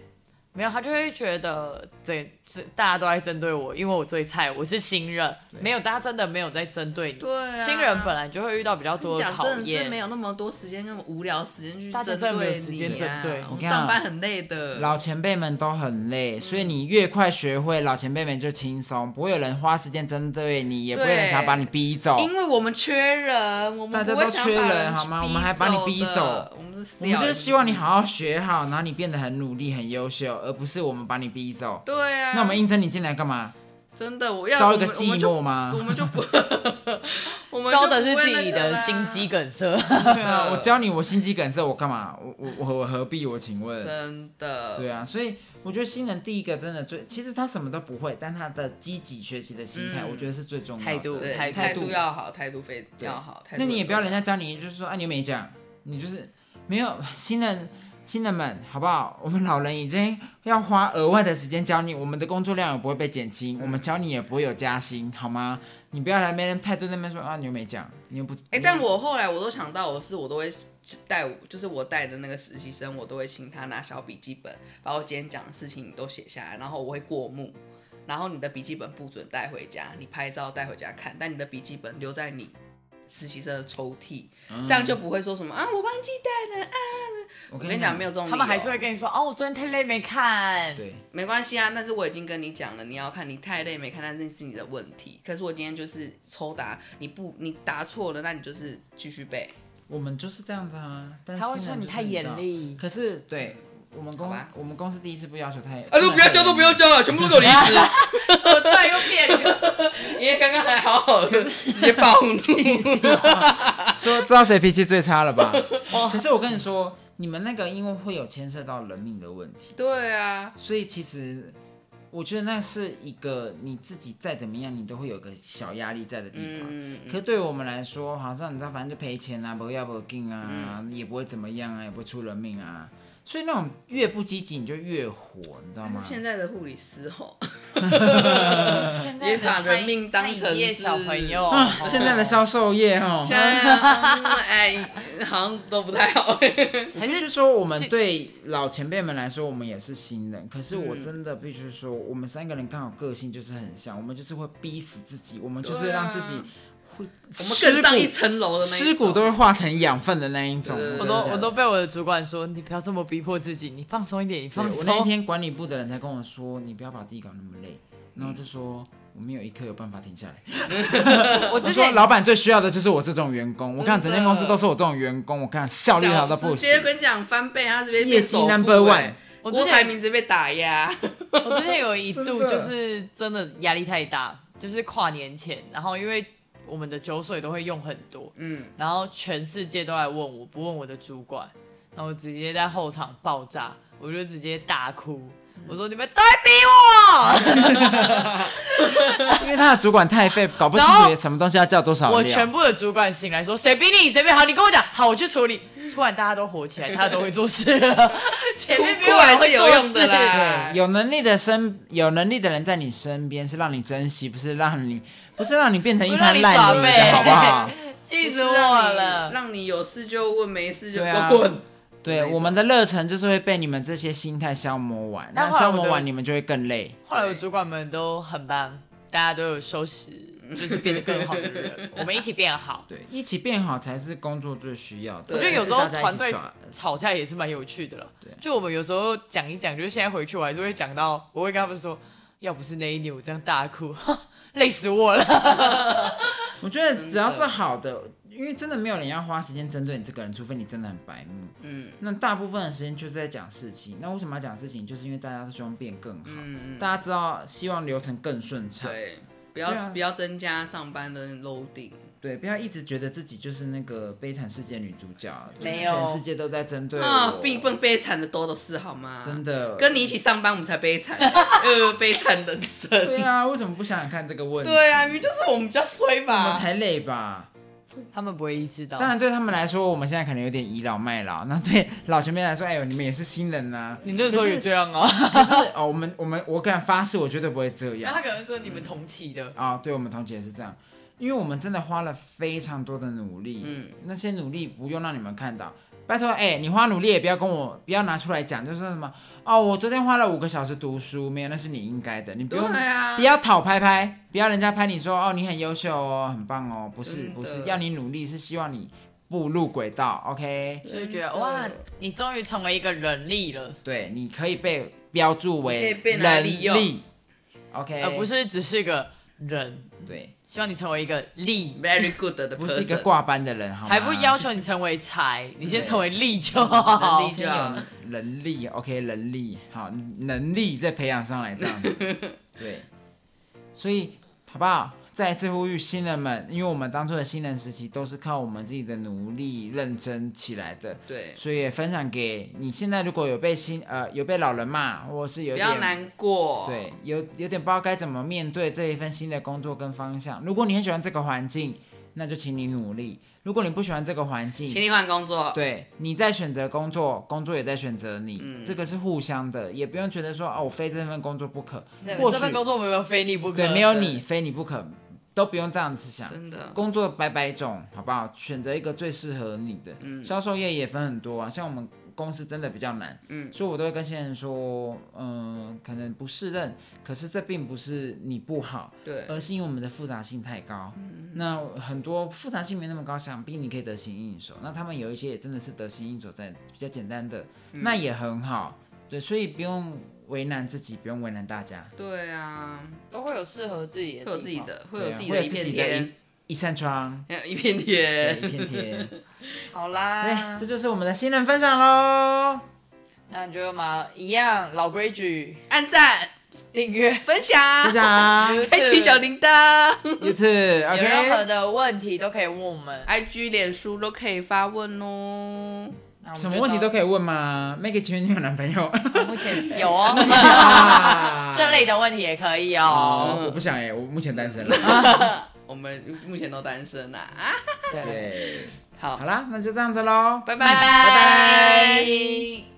Speaker 3: 没有，他就会觉得这这大家都在针对我，因为我最菜，我是新人，没有，大家真的没有在针对你。
Speaker 2: 对啊
Speaker 3: 新人本来就会遇到比较多的
Speaker 2: 讲
Speaker 3: 考
Speaker 2: 真的是
Speaker 3: 验
Speaker 2: 没，有那么多时间，那么无聊时间去
Speaker 3: 大家
Speaker 2: 针
Speaker 3: 真的没有
Speaker 2: 对
Speaker 3: 时间
Speaker 2: 你啊
Speaker 3: 针对
Speaker 2: 我
Speaker 1: 你看
Speaker 2: 们
Speaker 1: 啊
Speaker 2: 上班很累的，
Speaker 1: 老前辈们都很累，所以你越快学会，老前辈们就轻松，不会有人花时间针对你，也不会有人想要把你逼走。
Speaker 2: 因为我们缺人，我
Speaker 1: 大
Speaker 2: 们
Speaker 1: 家
Speaker 2: 不
Speaker 1: 都
Speaker 2: 会想把
Speaker 1: 缺人
Speaker 2: 去
Speaker 1: 好吗
Speaker 2: 逼
Speaker 1: 我们还把你
Speaker 2: 走
Speaker 1: 逼
Speaker 2: 的
Speaker 1: 走，
Speaker 2: 我们是死
Speaker 1: 我们
Speaker 2: 咬
Speaker 1: 就是
Speaker 2: 人
Speaker 1: 希望你好好学好，然后你变得很努力、很优秀，而不是我们把你逼走。
Speaker 2: 对啊，
Speaker 1: 那我们应征你进来干嘛？
Speaker 2: 真的我要
Speaker 1: 招一个
Speaker 2: 我们
Speaker 1: 寂寞吗
Speaker 2: 我们就不，我们就
Speaker 3: 招的是
Speaker 2: 不会
Speaker 3: 自己
Speaker 2: 那个
Speaker 3: 的
Speaker 2: 啦
Speaker 3: 心机，梗塞。
Speaker 1: 对啊，我教你我心机梗塞，我干嘛？我我我我何必？我请问。
Speaker 2: 真的
Speaker 1: 对啊，所以我觉得新人第一个真的最，其实他什么都不会，但他的积极学习的心态，
Speaker 2: 嗯
Speaker 1: 我觉得是最重要的。
Speaker 3: 态度
Speaker 2: 对
Speaker 3: 态
Speaker 2: 态
Speaker 1: 度
Speaker 2: 度要好，态度非
Speaker 1: 对
Speaker 2: 要好，态度
Speaker 1: 那你也不要人
Speaker 2: 家
Speaker 1: 家教你，就是说啊，你又没讲，你就是没有新人。新人们，好不好？我们老人已经要花额外的时间教你，我们的工作量也不会被减轻，我们教你也不会有加薪，好吗？你不要来没人态度那边说啊，你又没讲，你又不……
Speaker 2: 哎、
Speaker 1: 你又
Speaker 3: 嗯
Speaker 2: 但我后来我都想到，我是我都会带，就是我带的那个实习生，我都会请他拿小笔记本，把我今天讲的事情都写下来，然后我会过目。然后你的笔记本不准带回家，你拍照带回家看，但你的笔记本留在你实习生的抽屉，
Speaker 3: 嗯
Speaker 2: 这样就不会说什么啊，我忘记带了啊。
Speaker 1: 我
Speaker 2: 我
Speaker 1: 跟
Speaker 2: 跟你讲，没有这种理由，
Speaker 3: 他们还是会跟你说：“哦，我昨天太累没看。”
Speaker 1: 对，
Speaker 2: 没关系啊，但是我已经跟你讲了，你要看你太累没看，那那是你的问题。可是我今天就是抽答，你不你答错了，那你就是继续背。
Speaker 1: 我们就是这样子啊。但
Speaker 3: 他会
Speaker 1: 新
Speaker 3: 说
Speaker 1: 人
Speaker 3: 你
Speaker 1: 就是
Speaker 3: 太
Speaker 1: 知道
Speaker 3: 严。厉。
Speaker 1: 可是对我们公
Speaker 2: 好吧
Speaker 1: 我们公司第一次不要求太，
Speaker 2: 啊，都不要交，都不 要交了，全部都给我离 职。
Speaker 3: 我突然又变了，
Speaker 2: 因为刚刚还好好的，直接暴 怒。
Speaker 1: 说知道谁脾气最差了吧？ 可是我跟你说，你们那个因为会有牵涉到人命的问题，
Speaker 2: 对啊，
Speaker 1: 所以其实我觉得那是一个你自己再怎么样，你都会有个小压力在的地方。
Speaker 2: 嗯，
Speaker 1: 可对于我们来说，好像你知道，反正就赔钱啊，不要不进啊，
Speaker 2: 嗯
Speaker 1: 也不会怎么样啊，也不会出人命啊。所以那种越不积极，你就越火，你知道吗？
Speaker 2: 啊现在的护理师
Speaker 1: 哦
Speaker 2: 吼，
Speaker 3: 现
Speaker 2: 也把人命当成是
Speaker 3: 餐饮业小朋友
Speaker 1: 啊， 现在的销售业哦，
Speaker 2: 现在啊嗯哎，好像都不太好。
Speaker 1: 还是说我们对老前辈们来说，我们也是新人。可是我真的必须说，我们三个人刚好个性就是很像，我们就是会逼死自己，我们就是让自己会
Speaker 2: 我们更上一
Speaker 1: 尸
Speaker 2: 层楼
Speaker 1: 骨
Speaker 2: 的那一种
Speaker 1: 尸骨都会化成养分的那一种。
Speaker 2: 对对对
Speaker 3: 我
Speaker 1: 真
Speaker 3: 都
Speaker 1: 的
Speaker 3: 我都被我的主管说：“你不要这么逼迫自己，你放松一点，你
Speaker 1: 对
Speaker 3: 放
Speaker 1: 我那一
Speaker 3: 松。
Speaker 1: 天管理部的人才跟我说，你不要把自己搞那么累，然后就说。我没有一刻有办法停下来。”
Speaker 3: 我
Speaker 1: 我
Speaker 3: 之
Speaker 1: 说，
Speaker 3: 前
Speaker 1: 老板最需要的就是我这种员工。我看整
Speaker 2: 真的
Speaker 1: 间公司都是我这种员工，我看效率好到不
Speaker 2: 直
Speaker 1: 行
Speaker 2: 接，跟你讲翻倍，他直接
Speaker 1: 业
Speaker 2: 变
Speaker 1: 绩
Speaker 2: 首富
Speaker 1: number one
Speaker 2: 哎。
Speaker 3: 我之
Speaker 2: 郭台
Speaker 3: 前
Speaker 2: 铭直接被打压。
Speaker 3: 我之前有一
Speaker 1: 真
Speaker 3: 度
Speaker 1: 的
Speaker 3: 就是真的压力太大，就是跨年前，然后因为我们的酒水都会用很多，
Speaker 2: 嗯，
Speaker 3: 然后全世界都来问我，不问我的主管，然后我直接在后场爆炸，我就直接大哭，我说你们都在逼我，
Speaker 1: 因为他的主管太废，搞不清
Speaker 3: 然
Speaker 1: 楚
Speaker 3: 后
Speaker 1: 什么东西要叫多少
Speaker 3: 我
Speaker 1: 料
Speaker 3: 全。部的主管醒来说谁逼你谁逼好，你跟我讲，好我去处理。突然大家都火起来，大家都会做事了， 前面比
Speaker 2: 哭
Speaker 3: 我
Speaker 2: 还
Speaker 3: 还
Speaker 2: 是
Speaker 3: 会
Speaker 2: 有
Speaker 3: 做
Speaker 2: 用的
Speaker 3: 事
Speaker 2: 啦
Speaker 1: 有能力的身，有能力的人在你身边是让你珍惜，不是让你，不是让你变成一滩烂泥
Speaker 3: 不是让你
Speaker 1: 的，
Speaker 3: 耍
Speaker 1: 好
Speaker 3: 废
Speaker 1: 不好？
Speaker 3: 气
Speaker 2: 不
Speaker 3: 死
Speaker 2: 是
Speaker 3: 我
Speaker 2: 让你
Speaker 3: 了。
Speaker 2: 让你有事就问，没事就
Speaker 1: 对
Speaker 2: 给
Speaker 1: 啊
Speaker 2: 我滚。
Speaker 1: 对，我们的热忱就是会被你们这些心态消磨完，
Speaker 3: 但
Speaker 1: 那
Speaker 3: 后来
Speaker 1: 消
Speaker 3: 我
Speaker 1: 磨
Speaker 3: 的
Speaker 1: 完你们就会更累。
Speaker 3: 后来我主管们都很棒，大家都有收拾，就是变得更好的 人，我们一起变好。
Speaker 1: 对，一起变好才是工作最需要的。
Speaker 3: 我觉得有时候
Speaker 1: 还是大家一
Speaker 3: 团
Speaker 1: 起
Speaker 3: 队
Speaker 1: 耍
Speaker 3: 吵架也是蛮有趣的了。就我们有时候讲一讲，就是现在回去我还是会讲到，我会跟他们说，要不是那一年我这样大哭， 累死我了。
Speaker 1: 我觉得只要是
Speaker 2: 真的
Speaker 1: 好的，因为真的没有人要花时间针对你这个人，除非你真的很白目。
Speaker 2: 嗯
Speaker 1: 那大部分的时间就是在讲事情。那为什么要讲事情？就是因为大家都希望变更好，
Speaker 2: 嗯，嗯
Speaker 1: 大家知道希望流程更顺畅。
Speaker 2: 对，不
Speaker 1: 对啊
Speaker 2: 要不要增加上班的 loading。
Speaker 1: 对，不要一直觉得自己就是那个悲惨世界女主角，就是
Speaker 3: 没有
Speaker 1: 全世界都在针对我，
Speaker 2: 啊，并不悲惨的多的是好吗？
Speaker 1: 真的
Speaker 2: 跟你一起上班，我们才悲 惨，呃，悲惨人
Speaker 1: 对
Speaker 2: 生。
Speaker 1: 啊，为什么不想想看这个问题？
Speaker 2: 对啊，明明就是我们比较衰
Speaker 1: 我们
Speaker 2: 吧。
Speaker 1: 才累吧。
Speaker 3: 他们不会意识到
Speaker 1: 当，然，对他们来说，我们现在可能有点倚老卖老。那对老前辈来说，哎呦，你们也是新人呐、
Speaker 3: 你那时候
Speaker 1: 可是
Speaker 3: 也这样啊？
Speaker 1: 可是 哦，我们我们我敢发誓，我绝对不会这样
Speaker 3: 然后。他可能说你们同期的，
Speaker 1: 啊、对我们同学也是这样，因为我们真的花了非常多的努力，
Speaker 2: 嗯，
Speaker 1: 那些努力不用让你们看到，拜托，哎、你花努力也不要跟我不要拿出来讲，就是什么哦，我昨天花了五个小时读书，没有，那是你应该的，你不
Speaker 2: 对
Speaker 1: 用、
Speaker 2: 啊
Speaker 1: 不，要讨拍拍，不要人家拍你说哦你很优秀哦，很棒哦，不是
Speaker 2: 真的
Speaker 1: 不是，要你努力是希望你步入轨道，OK，
Speaker 3: 所以
Speaker 2: 真
Speaker 3: 觉得
Speaker 2: 的
Speaker 3: 哇，你终于成为一个人力了，
Speaker 1: 对，你可以被标注为
Speaker 2: 你可以被拿来
Speaker 1: 人
Speaker 2: 利用
Speaker 1: 力，OK，
Speaker 3: 而不是只是个人。
Speaker 1: 对，
Speaker 3: 希望你成为一个力，
Speaker 2: very good 的 person，
Speaker 1: 不是一个挂班的人，好吗？
Speaker 3: 还不要求你成为财，你先
Speaker 1: 对
Speaker 3: 成为力就
Speaker 1: 哦
Speaker 3: 好。
Speaker 2: 能力就好
Speaker 1: 能力，OK，能力好，能力再培养上来，这样 子，对，所以好不好？再一次呼吁新人们，因为我们当初的新人时期都是靠我们自己的努力认真起来的，
Speaker 2: 对，
Speaker 1: 所以也分享给你。现在如果有被新呃有被老人骂，或者是有
Speaker 2: 不要
Speaker 1: 点
Speaker 2: 难过，
Speaker 1: 对，有有点不知道该怎么面对这一份新的工作跟方向。如果你很喜欢这个环境，那就请你努力；如果你不喜欢这个环境，
Speaker 2: 请你换工作，
Speaker 1: 对，你在选择工作，工作也在选择你，
Speaker 3: 嗯
Speaker 1: 这个是互相的，也不用觉得说哦，我非这份工作不可，或
Speaker 3: 这份
Speaker 1: 许
Speaker 3: 工作没有非你不可。
Speaker 1: 对没有
Speaker 2: 对
Speaker 1: 你非你不可，都不用这样子想。
Speaker 2: 真的，
Speaker 1: 工作百百种，好不好？选择一个最适合你的。
Speaker 3: 嗯
Speaker 1: 销售业也分很多啊，像我们公司真的比较难，
Speaker 2: 嗯
Speaker 1: 所以我都会跟新人说，嗯、可能不适任，可是这并不是你不好，
Speaker 2: 对，嗯
Speaker 1: 而是因为我们的复杂性太高。那很多复杂性没那么高，想必你可以得心应手。那他们有一些也真的是得心应手，在比较简单的，
Speaker 2: 嗯
Speaker 1: 那也很好。对，所以不用为难自己，不用为难大家。
Speaker 2: 对啊，
Speaker 3: 都会有适合自己的
Speaker 2: 会有自己的，会有
Speaker 1: 对啊
Speaker 2: 自己
Speaker 1: 会
Speaker 2: 的
Speaker 1: 有
Speaker 2: 一
Speaker 1: 自
Speaker 2: 片
Speaker 1: 己的
Speaker 2: 天，
Speaker 1: 一扇窗，
Speaker 2: 哎 一片
Speaker 1: 对
Speaker 2: 天
Speaker 1: 一。片天。
Speaker 3: 好
Speaker 1: 对，
Speaker 2: 啊
Speaker 3: 啦
Speaker 1: 这，就是我们的新人分享 喽。
Speaker 3: 那就嘛一样老规矩，
Speaker 2: 按赞、
Speaker 3: 订阅。
Speaker 2: 分享
Speaker 1: 就，这样
Speaker 2: 开启小铃铛
Speaker 1: 啊 ，YouTube
Speaker 3: 有任何
Speaker 1: OK。
Speaker 3: 的问题都可以问我们，
Speaker 2: ，IG、脸书都可以发问哦。
Speaker 3: 那我们
Speaker 1: 什么问题都可
Speaker 3: 以。
Speaker 1: 以问吗？Maggie 请问你有男朋 友？
Speaker 3: 目前有哦，
Speaker 2: 啊
Speaker 3: 这类的问题也可以哦。
Speaker 1: 哦，
Speaker 2: 嗯
Speaker 1: 我不想哎，我目前单 身了。
Speaker 2: 我们目前都单身啦啊，
Speaker 3: 对，
Speaker 1: 对，
Speaker 2: 好
Speaker 1: 好，啦，那就这样子喽，
Speaker 2: 拜拜
Speaker 3: 拜
Speaker 1: 拜
Speaker 3: 拜。
Speaker 1: 拜